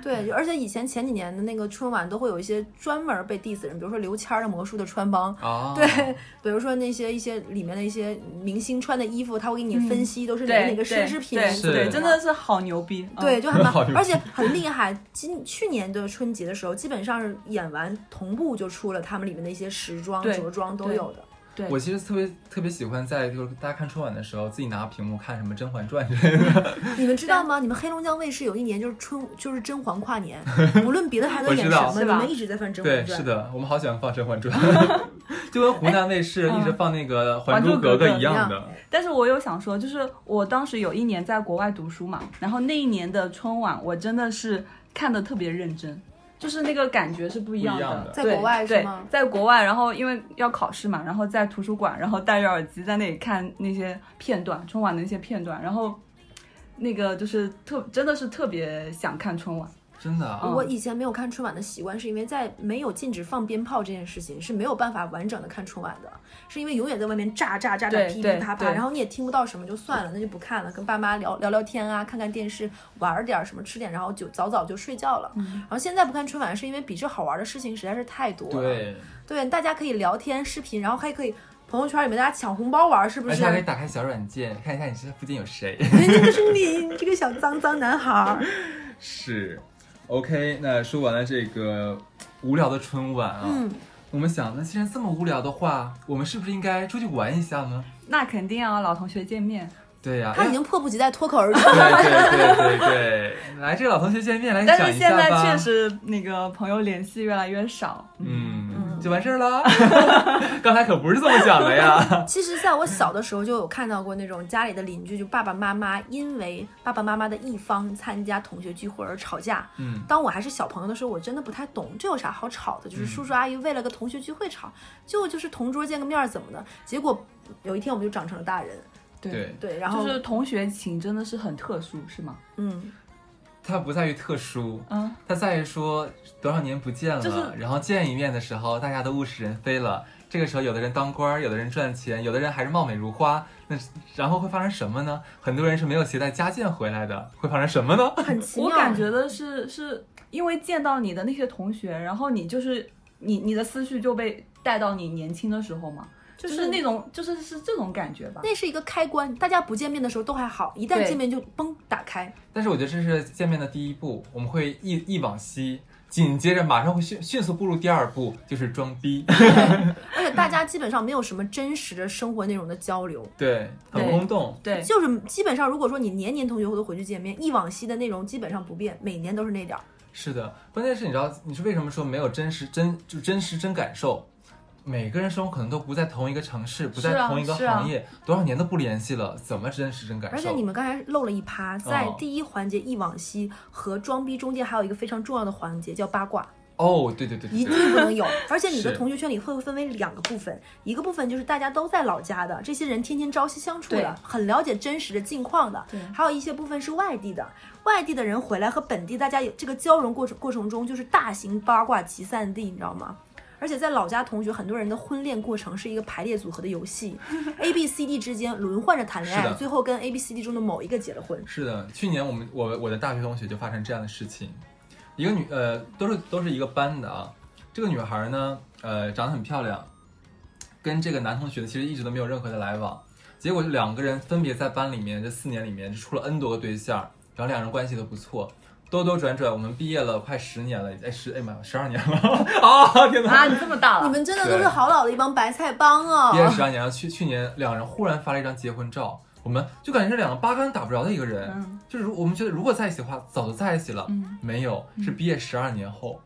C: 对，而且以前前几年的那个春晚都会有一些专门被 diss 的人，比如说刘谦儿的魔术的穿帮，
B: 哦，
C: 对，比如说那些一些里面的一些明星穿的衣服，他会给你分析都是哪个
A: 对
C: 哪个
A: 对
C: 奢侈品
A: 对
C: 之类
A: 对，
B: 是
A: 真的。是好牛逼，嗯
C: 对，，就还蛮
B: 好牛，
C: 而且很厉害。今去年的春节的时候，基本上是演完同步就出了他们里面的一些时装、
A: 对
C: 着装都
A: 对
C: 有的。
A: 对
B: 我其实特别特别喜欢在就是大家看春晚的时候，自己拿屏幕看什么《甄嬛传》之类的，
C: 你们知
A: (laughs)
C: 道吗？你们黑龙江卫视有一年就是春，就是甄嬛跨年，无论别的还能
B: 我
C: 演
B: 知
C: 什
B: 道
C: 么，
A: 是
C: 你
A: 吧
C: 们一直在放《甄
B: 对，
C: 嬛传》。
B: 是的，我们好喜欢放《甄嬛传》， (laughs) 就跟湖南卫视一直放那个《还
A: 还
B: 珠
A: 珠格
B: 格》
A: 格
B: 一
A: 一
B: 样
C: 样
B: 的。
A: 但是我有想说，就是我当时有一年在国外读书嘛，然后那一年的春晚，我真的是看的特别认真，就是那个感觉是不一样
B: 不一样的
A: 的。
C: 在
A: 对
C: 国外是
A: 对
C: 吗
A: 在国外，然后因为要考试嘛，然后在图书馆，然后戴着耳机在那里看那些片段，春晚的一些片段，然后那个就是特真的是特别想看春晚。
B: 真的啊，
A: 嗯
C: 我以前没有看春晚的习惯，是因为在没有禁止放鞭炮这件事情是没有办法完整的看春晚的，是因为永远在外面炸炸炸炸
A: 对
C: 噼噼
A: 对
C: 啪啪，
A: 对
C: 然后你也听不到什么就算了，那就不看了，跟爸妈聊聊聊天啊，看看电视，玩儿点儿什么，吃点，然后就早早就睡觉
A: 嗯
C: 了。然后现在不看春晚，是因为比这好玩的事情实在是太多了。
B: 对，
C: 对，大家可以聊天、视频，然后还可以。朋友圈里面大家抢红包玩儿是不
B: 而
C: 是哎
B: 且？还可以打开小软件看一下你这附近有谁。
C: 人家就是你，你这个小脏脏男孩儿。
B: 是，OK，那说完了这个无聊的春晚啊，
C: 嗯，
B: 我们想，那既然这么无聊的话，我们是不是应该出去玩一下呢？
A: 那肯定啊，老同学见面。
B: 对哎呀、
C: 他已经迫不及待脱口而出
B: 哎
C: 了。
B: 呀对对对对对，来这个老同学见面来
A: 但
B: 讲
A: 是
B: 一
A: 现
B: 下吧。
A: 在确实那个朋友联系越来越少。
B: 嗯，
C: 嗯
B: 就完事儿了。 (laughs) 刚才可不是这么想的呀。
C: 其实，在我小的时候就有看到过那种家里的邻居，就爸爸妈妈因为爸爸妈妈的一方参加同学聚会而吵架。
B: 嗯，
C: 当我还是小朋友的时候，我真的不太懂这有啥好吵的，就是
A: 嗯
C: 叔叔阿姨为了个同学聚会吵，就就是同桌见个面儿怎么的？结果有一天我们就长成了大人，
B: 对，
C: 对，然后、
A: 就是同学情真的是很特殊，是吗？
C: 嗯，
B: 它不在于特殊，
A: 嗯，
B: 它在于说多少年不见了，
A: 就是
B: 然后见一面的时候，大家都物是人非了。这个时候，有的人当官儿，有的人赚钱，有的人还是貌美如花。那然后会发生什么呢？很多人是没有携带家眷回来的，会发生什么呢？
C: 很奇
A: 我
C: 妙。
A: 感觉的是，是因为见到你的那些同学，然后你就是你你的思绪就被带到你年轻的时候嘛，
C: 就
A: 就是是那种就是是这种感觉吧。
C: 那是一个开关，大家不见面的时候都还好，一旦
A: 对
C: 见面就嘣打开。
B: 但是我觉得这是见面的第一步，我们会忆忆往昔，紧接着马上会迅迅速步入第二步，就是装逼。
C: 而且大家基本上没有什么真实的生活内容的交流，
B: 对，很
A: 对
B: 空洞。
A: 对，
C: 就是基本上如果说你年年同学会都回去见面，忆往昔的内容基本上不变，每年都是那点儿。
B: 是的，关键是你知道你是为什么说没有真实真就真实真感受？每个人生活可能都不在同一个城市，不在
A: 是啊
B: 同一个
A: 是啊
B: 行业，多少年都不联系了，怎么真实真感
C: 而且
B: 受？
C: 你们刚才漏了一趴，在
B: 哦
C: 第一环节忆往昔和装逼中间还有一个非常重要的环节叫八卦，
B: 哦，对对对对
C: 一定
B: 对，
C: 不能
B: (laughs)
C: 有。而且你的
B: 是
C: 同学圈里会分为两个部分，一个部分就是大家都在老家的，这些人天天朝夕相处
A: 对
C: 的，很了解真实的近况的
A: 对；
C: 还有一些部分是外地的，外地的人回来和本地大家有这个交融过程过程中，就是大型八卦集散地，你知道吗？而且在老家同学，很多人的婚恋过程是一个排列组合的游
B: (laughs)
C: 戏，A、B、C、D 之间轮换着谈恋
B: 是
C: 爱，
B: 的
C: 最后跟 A、B、C、D 中的某一个结了婚。
B: 是的。去年我们我我的大学同学就发生这样的事情，一个女呃都是都是一个班的啊，这个女孩呢呃长得很漂亮，跟这个男同学其实一直都没有任何的来往，结果是两个人分别在班里面这四年里面就处了 N 多个对象，然后两人关系都不错。兜兜转转，我们毕业了快十年了，哎十哎妈呀十二年了 (laughs) 啊！天哪，
A: 啊，你这么大
C: 你
A: 了，
C: (laughs) 们真的都
B: 对
C: 是好老的一帮白菜帮哦
B: 毕！业十二年了，去去年两人忽然发了一张结婚照，我们就感觉这两个八竿打不着的一个人，
A: 嗯
B: 就是如我们觉得如果在一起的话，早就在一起了，
A: 嗯
B: 没有是毕业十二年后，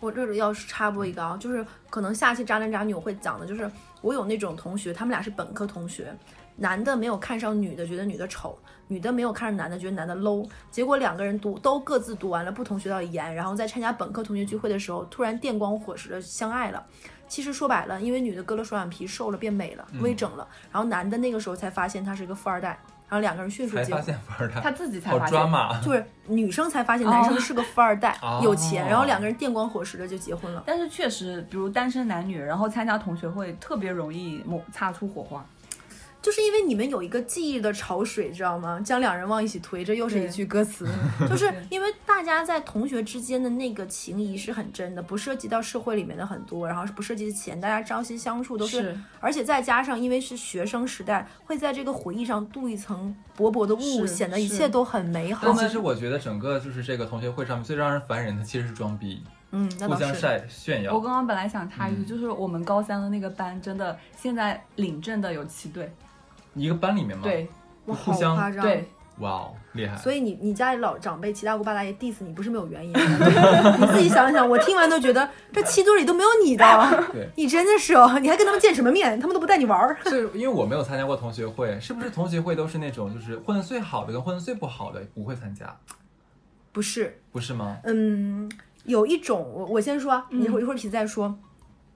C: 我这里要插播一个
B: 嗯
C: 啊，就是可能下期渣男渣女我会讲的，就是我有那种同学，他们俩是本科同学，男的没有看上女的，觉得女的丑；女的没有看上男的，觉得男的 low。结果两个人读都各自读完了不同学校的研，然后在参加本科同学聚会的时候，突然电光火石的相爱了。其实说白了，因为女的割了双眼皮，瘦了变美了，
B: 嗯
C: 微整了，然后男的那个时候才发现他是一个富二代，然后两个人迅速
B: 才
C: 结
B: 发
C: 婚。
B: 现不是他，
A: 他自己才
B: 好
A: 发
B: 抓
A: 现。
B: 马，
C: 就是女生才发现男生是个富二代，
B: 哦
C: 有钱，然后两个人电光火石的就结婚了。
A: 但是确实，比如单身男女，然后参加同学会，特别容易猛擦出火花。
C: 就是因为你们有一个记忆的潮水，知道吗？将两人往一起推，这又是一
A: 对
C: 句
B: (laughs)
C: 歌词。就是因为大家在同学之间的那个情谊是很真的，不涉及到社会里面的很多，然后是不涉及钱，大家朝夕相处都是，
A: 是
C: 而且再加上因为是学生时代，会在这个回忆上镀一层薄薄的雾，
A: 是
C: 显得一
A: 是
C: 切都很美好
B: 但。其实我觉得整个就是这个同学会上面最让人烦人的其实是装逼，
C: 嗯，那
B: 互
C: 倒
B: 相
C: 是。
B: 晒炫
A: 我
B: 耀。
A: 刚刚本来想插一句，
B: 嗯
A: 就是我们高三的那个班，真的现在领证的有七对，
B: 一个班里面嘛，
A: 对
C: 哇，
B: 互
C: 好
B: 相
C: 夸张。
A: 对，
B: 哇哦，厉害！
C: 所以你你家里老长辈七大姑八大姨 diss 你不是没有原因的， (laughs) 你自己想想，我听完都觉得这七对里都没有你的
B: 对，
C: 你真的是哦，你还跟他们见什么面？他们都不带你玩儿。
B: 是因为我没有参加过同学会，是不是同学会都是那种就是混的最好的跟混的最不好的不会参加，
C: 不是，
B: 不是吗？
C: 嗯，有一种我我先说啊，
A: 嗯
C: 一会儿一会儿皮再说。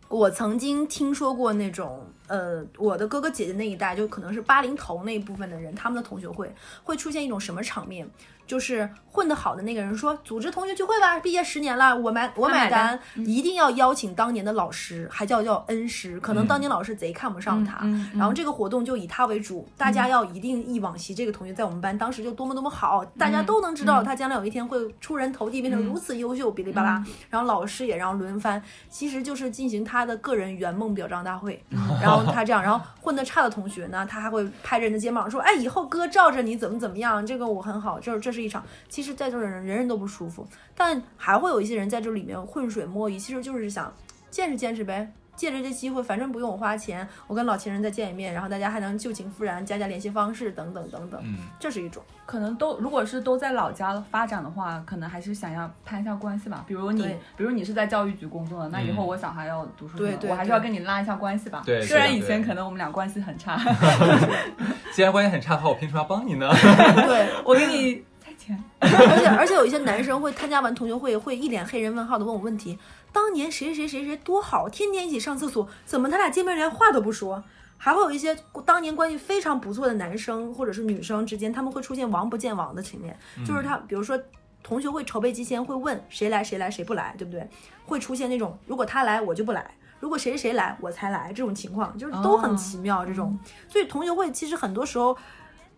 C: 我曾经听说过那种，呃，我的哥哥姐姐那一代，就可能是八零头那一部分的人，他们的同学会会出现一种什么场面？就是混得好的那个人说，组织同学聚会吧，毕业十年了，我买我
A: 他买
C: 买单，
A: 单嗯
C: 一定要邀请当年的老师，还叫叫恩师，可能当年老师贼看不上他，
A: 嗯嗯
C: 然后这个活动就以他为主，大家要一定忆往昔这个同学在我们班当时就多么多么好，大家都能知道他将来有一天会出人头地，变成如此优秀，哔哩吧啦。然后老师也让轮番，其实就是进行他的个人圆梦表彰大会，然后后他这样，然后混得差的同学呢，他还会拍着人的肩膀说：“哎，以后哥罩着你怎么怎么样，这个我很好。这”这是一场，其实在座的人人人都不舒服，但还会有一些人在这里面浑水摸鱼，其实就是想见识见识呗。借着这机会，反正不用我花钱，我跟老情人再见一面，然后大家还能旧情复燃，加加联系方式等等等等，
B: 嗯，
C: 这是一种。
A: 可能都如果是都在老家发展的话，可能还是想要攀一下关系吧。比如你
C: 对，
A: 比如你是在教育局工作的，那以后
B: 嗯
A: 我小孩要读书什么
C: 对
A: 的，
C: 对
A: 我还是
C: 对
A: 要跟你拉一下关系吧。
B: 对
A: 虽然
B: 是的
A: 以前
B: 对
A: 可能我们俩关系
B: (laughs)
A: 很差，
B: 既然关系很差的话，我凭什么要帮你
C: (laughs)
B: 呢？
C: 对，
A: 我跟你猜钱。
C: 而且而且有一些男生会参加完同学会，会一脸黑人问号的问我问题：当年谁谁谁谁多好，天天一起上厕所，怎么他俩见面连话都不说？还会有一些当年关系非常不错的男生或者是女生之间，他们会出现王不见王的情面，就是他，比如说同学会筹备期间会问谁来谁来谁不来，对不对？会出现那种如果他来我就不来，如果谁谁谁来我才来这种情况，就是都很
A: 哦
C: 奇妙这种。所以同学会其实很多时候，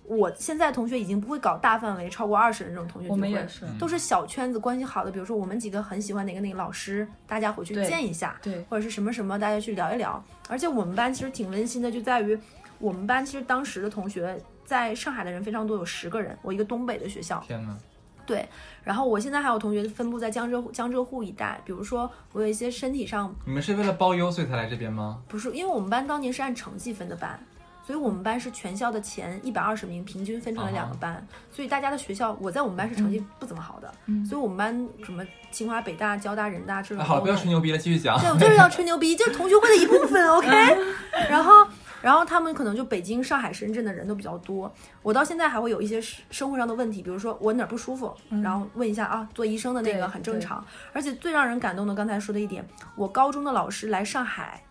C: 我现在同学已经不会搞大范围超过二十人这种同学聚
A: 我
C: 会，
A: 们也是，
C: 都是小圈子关系好的，比如说我们几个很喜欢哪个哪个老师，大家回去
A: 对
C: 见一下，
A: 对，
C: 或者是什么什么，大家去聊一聊。而且我们班其实挺温馨的，就在于我们班其实当时的同学在上海的人非常多，有十个人，我一个东北的学校。
B: 天哪，
C: 然后我现在还有同学分布在江浙沪江浙沪一带，比如说我有一些身体上
B: 你们是为了包邮所以才来这边吗？
C: 不是，因为我们班当年是按成绩分的班，所以我们班是全校的前一百二十名平均分成了
B: 哦
C: 两个班，所以大家的学校，我在我们班是成绩不怎么好的，
A: 嗯
C: 所以我们班什么清华、北大、交大、人大这种、
B: 哎，好了，不要吹。牛逼了，继
A: 啊
B: 续讲。
C: 呃对，我就是要吹牛
A: (laughs)
C: 逼，这是同学会的一部分，OK。然后，然后他们可能就北京、上海、深圳的人都比较多。我到现在还会有一些生生活上的问题，比如说我哪儿不舒服，然后问一下啊，做医生的那
A: 嗯对
C: 个很正
A: 对
C: 常。而且最让人感动的，刚才说的一点，我高中的老师来上海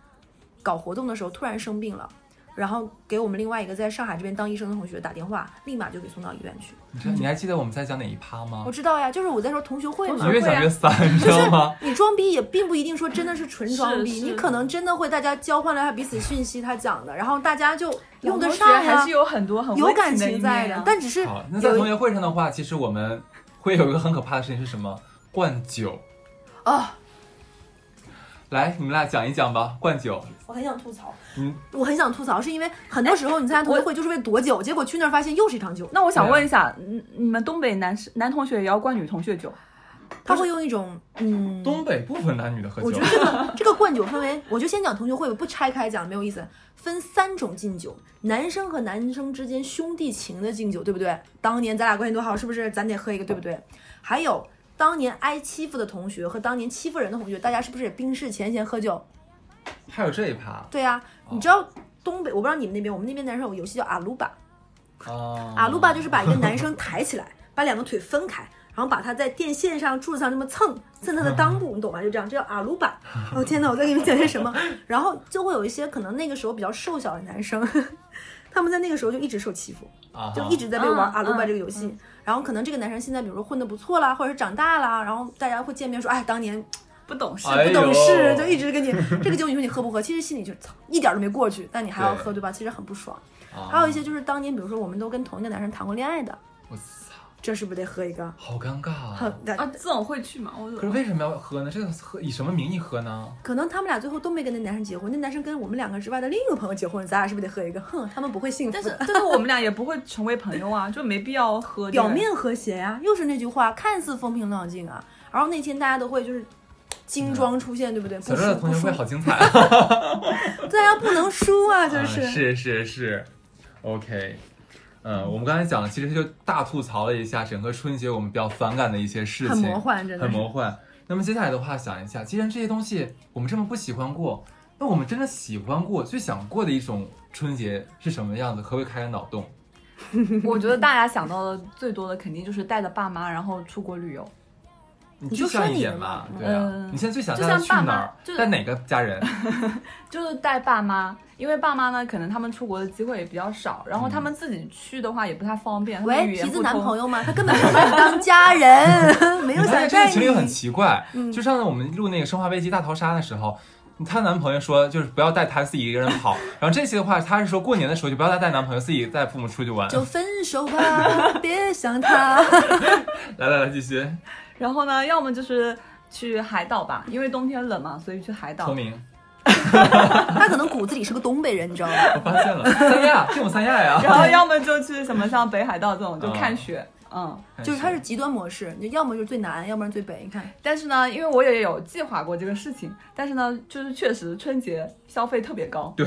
C: 搞活动的时候突然生病了。然后给我们另外一个在上海这边当医生的同学打电话，立马就给送到医院去。
B: 你知道你还记得我们在讲哪一趴
A: 哦
B: 吗
C: 我？知道呀，就是我在说同学会
A: 同
C: 嘛，
A: 学
B: 你越
A: 会
B: 讲
A: 啊
B: 越散，你知道
C: (laughs)
B: 吗？
C: 你装逼也并不一定说真的是纯装逼，
A: 是是
C: 你可能真的会大家交换了一下彼此讯息，他讲的，然后大家就用得
A: 同学
C: 上呀、
A: 还是有很多很
C: 有
A: 温
C: 感
A: 情的一
C: 情在
A: 面啊
C: 但只是
B: 好，那在同
C: 有
B: 学会上的话，其实我们会有一个很可怕的事情是什么？灌酒。
C: 哦，
B: 来，你们俩讲一讲吧，灌酒。
C: 我很想吐槽，
B: 嗯，
C: 我很想吐槽，是因为很
A: 哎
C: 多时候你参加同学会就是为躲酒，结果去那儿发现又是一场酒，
A: 那我想问一
B: 啊
A: 下，嗯你们东北男生男同学也要灌女同学酒？
C: 他会用一种嗯，
B: 东北不分男女的喝
C: 我
B: 酒
C: 觉得。这个这个灌酒分为，我就先讲同学会，我不拆开讲没有意思。分三种敬酒，男生和男生之间兄弟情的敬酒，对不对？当年咱俩关系多好，是不是？咱得喝一个，对不对？还有当年挨欺负的同学和当年欺负人的同学，大家是不是也冰释前嫌喝酒？
B: 还有这一趴
C: 对啊，你知道东北，我不知道你们那边，我们那边男生有游戏叫阿鲁巴，
B: (laughs) 啊
C: 阿鲁巴就是把一个男生抬起来，把两个腿分开，然后把他在电线上、柱子上这么蹭蹭他的裆部，你懂吗？就这样，这叫阿鲁巴。哦天哪，我在给你们讲些什么？然后就会有一些可能那个时候比较瘦小的男生， (laughs) 他们在那个时候就一直受欺负，
B: 啊哈，
C: 就一直在被
A: 嗯
C: 玩阿鲁巴
A: 嗯
C: 这个游戏。然后可能这个男生现在比如说混得不错啦，或者是长大啦，然后大家会见面说，哎，当年
A: 不懂事，
B: 哎
C: 不
B: 呦
C: 懂事，就一直跟你这个酒，你说你喝不喝？其实心里就操，一点儿都没过去，但你还要
B: 对
C: 喝，对吧？其实很不爽。
B: 啊
C: 还有一些就是当年，比如说我们都跟同一个男生谈过恋爱的，
B: 我操，
C: 这是不是得喝一个？
B: 好尴尬
C: 很
B: 啊！
A: 啊，
C: 的，
A: 这种会去吗？我
B: 可是为什么要喝呢？这个喝以什么名义喝呢？
C: 可能他们俩最后都没跟那男生结婚，那男生跟我们两个之外的另一个朋友结婚，咱俩是不是得喝一个？哼，他们不会幸
A: 但
C: 福
A: 是
C: 的。
A: 但是我们俩也不会成为朋友啊，就没必要喝。
C: 表面和谐呀、又是那句话，看似风平浪静啊，然后那天大家都会就是精装出现，对不对？
B: 小
C: 不
B: 时候
C: 输
B: 的同
C: 不
B: 学
C: 输
B: 会，好精彩啊！
C: 大家不能输啊， (laughs) 就
B: 啊
C: 是。
B: (laughs) 是是是，OK。嗯，我们刚才讲了，其实就大吐槽了一下整个春节我们比较反感的一些事情，
C: 很魔幻，真的
B: 很
C: 是
B: 魔幻。那么接下来的话，想一下，既然这些东西我们这么不喜欢过，那我们真的喜欢过、最想过的一种春节是什么样子？可不可以开开脑洞？
C: (laughs)
A: 我觉得大家想到的最多的肯定就是带着爸妈，然后出国旅游。
B: 你
C: 你
B: 具
C: 就说
B: 象一
C: 你的
B: 点嘛
C: 嘛，
B: 对啊，
A: 嗯
B: 你现在最想
A: 就
B: 带他
A: 像
B: 去
A: 爸
B: 哪
A: 妈
B: 儿？
A: 就是
B: 带哪个家人？
A: 就是带爸妈，因为爸妈呢，可能他们出国的机会也比较少，然后他们自己去的话也不太方便。他们
C: 嗯喂
A: 语，言
C: 皮
A: 不
C: 子
A: 通
C: 男朋友吗？他根本就把你当家人， (laughs) (laughs) 没有
B: 你发
C: 想
B: 现这
C: 带
B: 个情侣很
C: 你。
B: 奇怪，
C: 嗯
B: 就上次我们录那个《生化危机大逃杀》的时候。她男朋友说，就是不要带她自己一个人跑。
C: (laughs)
B: 然后这期的话，她是说过年的时候就不要再带男朋友，自己带父母出去玩。
C: 就分手吧， (laughs) 别想他。
B: 来来来，继续，
A: 然后呢，要么就是去海岛吧，因为冬天冷嘛，所以去海岛
B: 聪。明，
C: 他可能骨子里是个东北人，你知道吗？
B: 我发现了，三亚， (laughs) 这种三亚呀，
A: 然
C: (laughs)
A: 后要么就去什么像北海道这种，就
B: 嗯
A: 看雪。嗯，
C: 就是它是极端模式，你要么就是最南，要不然最北。你看，
A: 但是呢，因为我也有计划过这个事情，但是呢，就是确实春节消费特别高。
B: (laughs) 对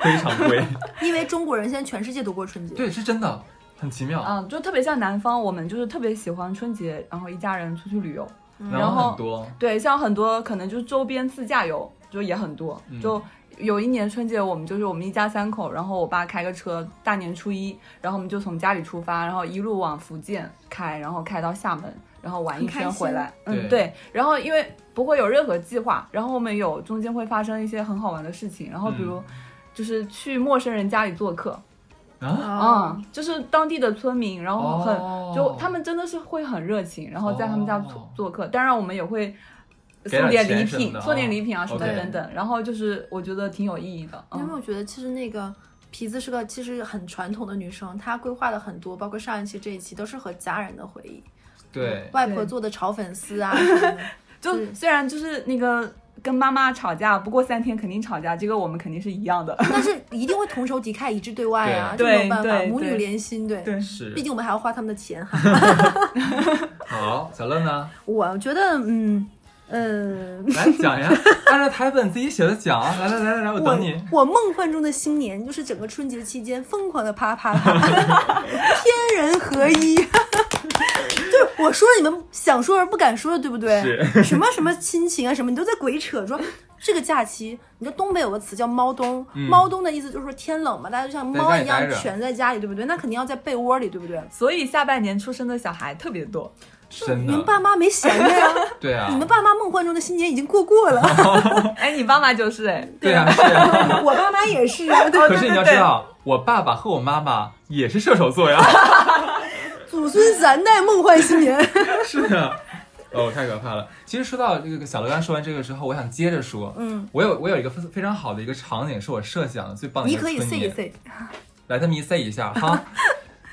B: 非常贵，
C: 因为中国人现在全世界都过春
B: (laughs)
C: 节，
B: 对，是真的，很奇妙。
A: 嗯，就特别像南方，我们就是特别喜欢春节，然后一家人出去旅游。
B: 然后很多，
A: 对，像很多可能就是周边自驾游，就也很多。
B: 嗯
A: 就有一年春节，我们就是我们一家三口，然后我爸开个车，大年初一，然后我们就从家里出发，然后一路往福建开，然后开到厦门，然后玩一
C: 很开
A: 圈回
C: 心
A: 来。嗯，
B: 对
A: 对。然后因为不会有任何计划，然后我们有中间会发生一些很好玩的事情，然后
B: 嗯
A: 比如。就是去陌生人家里做客，
B: 啊，
C: 啊，
A: 嗯，就是当地的村民，然后
B: 哦
A: 很就他们真的是会很热情，然后在他们家做
B: 哦
A: 做客。当然，我们也会
B: 给
A: 送点
B: 点
A: 礼
B: 钱什么
A: 品，
B: 的
A: 送点
B: 哦
A: 礼品啊什么
B: OK
A: 等等。然后就是我觉得挺有意义的。
C: 因为
A: 嗯，
C: 我觉得其实那个皮子是个其实很传统的女生，她规划的很多，包括上一期这一期都是和家人的回忆，
B: 对，
C: 外婆
A: 对
C: 做的炒粉丝啊什么的，
A: (laughs) 就虽然就是那个跟妈妈吵架，不过三天肯定吵架，这个我们肯定是一样的。
C: 但是一定会同仇敌忾，一致对外啊，这
A: 对
C: 没有办
A: 对
C: 法，
A: 对
C: 母女
A: 对
C: 连心， (laughs) 对。
A: 对
B: 是
C: 毕竟我们还要花他们的
A: (laughs)
C: 钱哈。
B: 好，小乐呢？
C: 我觉得，嗯，呃，
B: 来讲
C: (laughs)
B: 呀，按照台本自己写的讲啊，来来来来来，我
C: 我
B: 等你。
C: 我梦幻中的新年就是整个春节期间疯狂的啪啪啪， (laughs) 天人合一。 (laughs) 就是我说了你们想说而不敢说的，对不对？
B: 是
C: 什么什么亲情啊什么，你都在鬼扯说。这个假期，你知道东北有个词叫猫冬，
B: 嗯
C: 猫冬的意思就是说天冷嘛，大家就像
B: 在
C: 猫
B: 家里
C: 一样
B: 待着嗯
C: 蜷在家里，对不对？那肯定要在被窝里，对不对？
A: 所以下半年出生的小孩特别
B: (laughs)
A: 多。
B: 真
C: 你们
B: 的，
C: 爸妈没闲
B: (laughs)
C: 着呀，
B: 对啊
C: 你，们爸妈梦幻中的新年已经过过了， (laughs)
A: 哎，你爸妈就是哎，
B: 对啊，是啊。
C: 我爸妈也是啊，对
B: 可是你要知道，我爸爸和我妈妈也是射手座呀。 (laughs)
C: 祖孙三代梦幻新年。
B: 是的，哦，太可怕了。其实说到这个小乐刚说完这个之后，我想接着说，
C: 嗯，
B: 我有我有一个非非常好的一个场景，是我设想的最哦棒的一
C: 你
B: 个
C: 可
B: 春
C: 以
B: 联。
C: say 一 say，
B: 来，他们一 say 一下哈。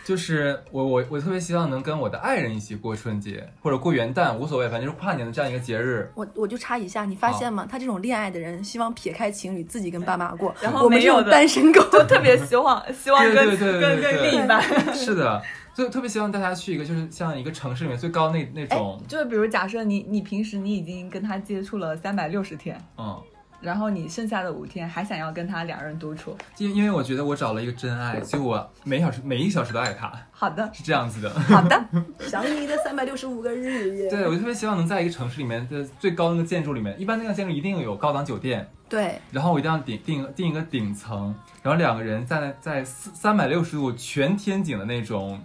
B: 就是我我我特别希望能跟我的爱人一起过春节，或者过元旦，无所谓，反正就是跨年的这样一个节日。
C: 我我就插一下，你
B: 啊
C: 发现吗？他这种恋爱的人，希望撇开情侣，自己跟爸妈过。
A: 然后
C: 我们
A: 没
C: 这
A: 有
C: 种
A: 的
C: 单身 (laughs) 狗，
A: (laughs) 就特别希望希望跟
B: (laughs) 对对对对对
A: 跟跟
B: 对
A: 另一半。
B: 是的，所以特别希望大家去一个就是像一个城市里面最高那那
A: 哎
B: 种，，
A: 就是比如假设你你平时你已经跟他接触了三百六十天，
B: 嗯，
A: 然后你剩下的五天还想要跟他两人独处，
B: 因因为我觉得我找了一个真爱，所以我每小时每一小时都爱他，
A: 好
B: (laughs)
A: 的，
B: 是这样子的。
A: 好的，
C: 想你的三百六十五个日夜。
B: 对，我就特别希望能在一个城市里面的最高那个建筑里面，一般那个建筑一定有高档酒店，
C: 对
B: 然后我一定要顶定定一个顶层，然后两个人在在三百六十度全天景的那种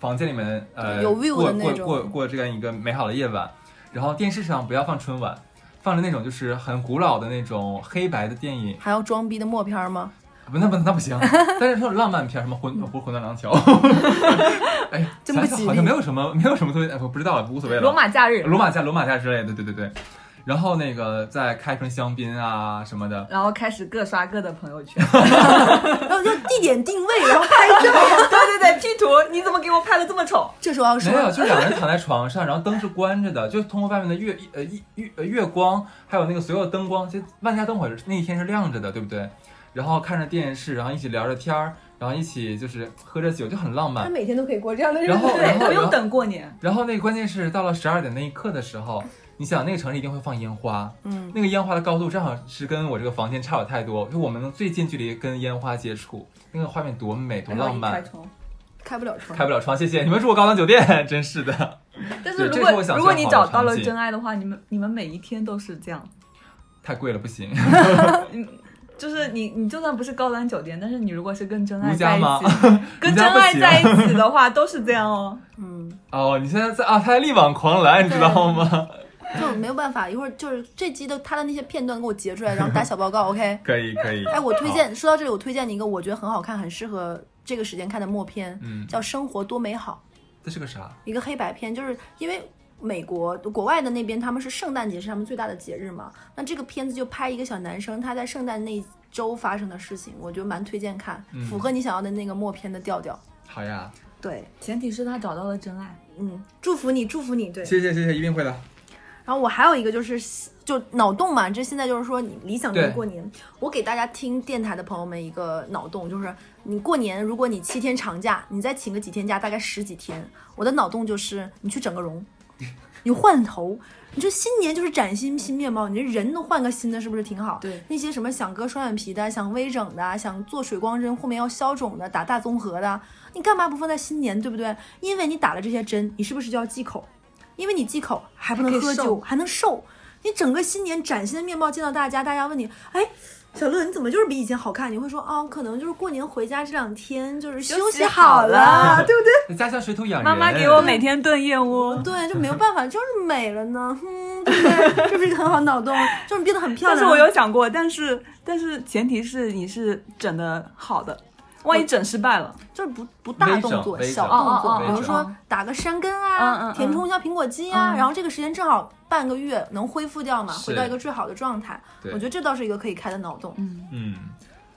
B: 房间里面，呃，
C: 有 view
B: 过
C: 的那
B: 过
C: 种
B: 过过这样一个美好的夜晚。然后电视上不要放春晚，放着那种就是很古老的那种黑白的电影，
C: 还要装逼的默片吗？ (laughs)
B: 不，那不那不行。但是说浪漫片，什么魂不是魂断廊
C: (laughs)
B: 桥，哎，
C: 真不
B: 想
C: 吉
B: 想好像
C: 利
B: 没有什么没有什么东西，哎我不知道，无所谓了。
A: 罗马假日，
B: 罗马假、罗马假之类的，对对对对。然后那个再开瓶香槟啊什么的，
A: 然后开始各刷各的朋友
B: (laughs)
A: 圈。
C: 然后就地点定位，然后拍。
A: 对对对，P 图，你怎么给我拍的这么丑？
C: 这时候要
B: 没有，
C: 说，
B: 就两个人躺在床上，然后灯是关着的，就通过外面的月呃一月呃月光，还有那个所有灯光，其实万家灯火是那一天是亮着的，对不对？然后看着电视，然后一起聊着天儿，然后一起就是喝着酒，就很浪
C: (laughs) 他
B: 漫。
C: 每天都可以过这样的日
B: 然
C: 子。
B: 后
A: 对，不
B: 然
A: 用
B: 后
A: 等过年。
B: 然后那个关键是到了十二点那一刻的时候，你想那个城市一定会放烟花，
C: 嗯，
B: 那个烟花的高度正好是跟我这个房间差不了太多，就我们能最近距离跟烟花接触，那个画面多美多
A: 然后
B: 浪
A: 一
B: 漫
A: 开。窗。
C: 开不了窗
B: 开。不了窗，谢谢你们住过高档酒店， (laughs) 真是的，
A: 但是
B: 对
A: 如
B: 这是我
A: 果
B: 想
A: 如果
B: 象
A: 你
B: 好的
A: 找到了
B: 场景
A: 真爱的话，你们你们每一天都是这样，
B: 太贵了不行。
A: 就是你你就算不是高端酒店，但是你如果是跟真爱
B: 如家
A: 在一
B: 吗
A: 起， (laughs) 跟
B: 如
A: 真
B: 家不
A: 爱
B: 行啊
A: 在一起的话都是这样哦。
C: 嗯，
B: 哦，你现在在啊，他在力挽狂澜，你知道吗？
C: 就没有办法，一会儿就是这集的他的那些片段给我截出来，然后打小报告 (laughs) ，OK？
B: (laughs) 可以可以。
C: 哎，我推荐，说到这里，我推荐你一个我觉得很好看、很适合这个时间看的默片，
B: 嗯
C: 叫《生活多美好》。
B: 这是个啥？
C: 一个黑白片，就是因为美国国外的那边他们是圣诞节是他们最大的节日嘛，那这个片子就拍一个小男生他在圣诞那一周发生的事情，我觉得蛮推荐看，
B: 嗯
C: 符合你想要的那个默片的调调。
B: 好呀，
C: 对，
A: 前提是他找到了真爱。
C: 嗯，祝福你，祝福你。对，
B: 谢谢谢谢，一定会的。
C: 然后我还有一个就是就脑洞嘛，这现在就是说你理想中的
B: 对
C: 过年。我给大家听电台的朋友们一个脑洞，就是你过年如果你七天长假，你再请个几天假，大概十几天，我的脑洞就是你去整个容，你换头。你说新年就是崭新新面貌，你这人都换个新的，是不是挺好？
A: 对，
C: 那些什么想割双眼皮的、想微整的、想做水光针后面要消肿的、打大综合的，你干嘛不放在新年，对不对？因为你打了这些针，你是不是就要忌口？因为你忌口还不能
A: 还可
C: 喝
A: 以瘦
C: 酒，还能瘦。你整个新年崭新的面貌见到大家，大家问你，哎，小乐你怎么就是比以前好看？你会说啊、可能就是过年回家这两天就是休
A: 休息
C: 好
A: 好了
C: 对不对？
B: 家乡水土养人。
A: 妈妈给我每天炖燕窝，
C: 对，就没有办法，就是美了呢，嗯，对不对？ (laughs) 这不是一个很好的脑洞，就是你变得很漂
A: 但
C: 亮。
A: 是我有想过，但是但是前提是你是整的好的，万一整失败了，
C: 就是不不大动作，
B: 微整
C: 小动
A: 哦
C: 作，
A: 哦哦
C: 比如说打个山根啊，
A: 嗯嗯嗯
C: 填充一下苹果肌啊，
A: 嗯
C: 然后这个时间正好半个月能恢复掉嘛，
B: 是
C: 回到一个最好的状态。
B: 对
C: 我觉得这倒是一个可以开的脑洞。
A: 嗯，
B: 嗯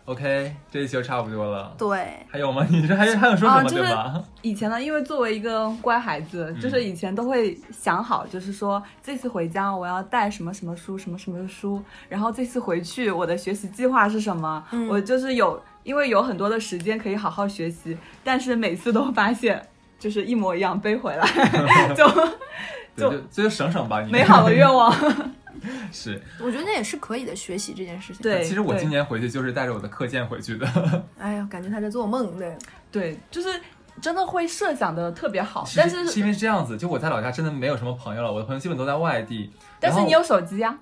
B: ，OK，这一期就差不多了。
C: 对，
B: 还有吗？你这还有还有说什么、
A: 啊就是
B: 对吧？
A: 以前呢，因为作为一个乖孩子，
B: 嗯
A: 就是以前都会想好，就是说这次回家我要带什么什么书，什么什么书，然后这次回去我的学习计划是什么，
C: 嗯
A: 我就是有，因为有很多的时间可以好好学习，但是每次都发现就是一模一样背回来， (laughs) 就
B: 对就这就省省吧，你
A: 美好的愿望。
B: (laughs)
A: (laughs)
B: 是。
C: 我觉得那也是可以的，学习这件事情。
A: 对
B: 其实我
A: 对
B: 今年回去就是带着我的课件回去的，
A: (laughs)
C: 哎呀，感觉他在做梦。对，
A: 对，就是真的会设想的特别好，
B: 其实
A: 但
B: 是
A: 是
B: 因为这样子，就我在老家真的没有什么朋友了，我的朋友基本都在外地。
A: 但是
B: 然后
A: 你有手机呀、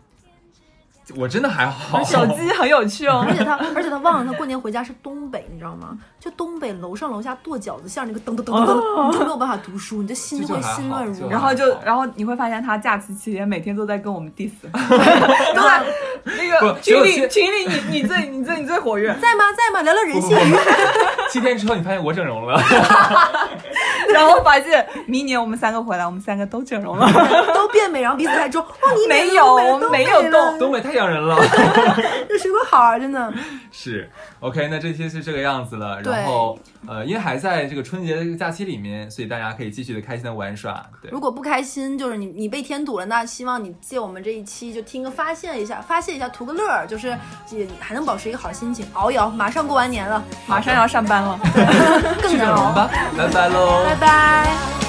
B: 我真的还好，
A: (laughs) 手机很有趣哦
C: (laughs) 而。
B: 嗯
C: 且他，而且他忘了他过年回家是东北，你知道 (laughs) 吗？就东北楼上楼下跺脚子，像那个噔噔噔噔噔，你就没有办法读书，你的心就会
B: 这就还好
C: 心乱如麻。
B: 这
A: 然后就
B: 好，
A: 然后你会发现他假期期间每天都在跟我们
B: (laughs)
A: diss，
C: 然后
A: 那
B: 不
A: 个
B: 只有
A: 群
B: 些
A: 里群里你你最你最你最活跃，
C: 在吗？在吗？聊聊人
B: (laughs) 不不 (laughs)
C: 性
B: 不。七天之后你发现我整容了， (laughs)
A: 然后发现明年我们三个回来，我们三个都整容了，
B: (laughs)
C: 都变美，然后彼此还说：“哇，你美了
A: 没有
C: 美了
A: 我们
C: 都
A: 没有
C: 美了
B: 东北太养人了。
C: 这水果好啊，真的。
B: 是，OK，那这期是这个样子了。
C: 对
B: 然后，呃，因为还在这个春节这个假期里面，所以大家可以继续的开心的玩耍。对
C: 如，果不开心，就是你你被添堵了，那希望你借我们这一期就听个发泄一下，发泄一下，图个乐儿，就是也还能保持一个好心情，熬一熬，马上过完年了，
A: 马上要上班了。
C: 更
B: 去整
C: 难
B: 容
C: (laughs) 熬。
B: 吧，拜拜喽。
C: 拜拜。
D: 「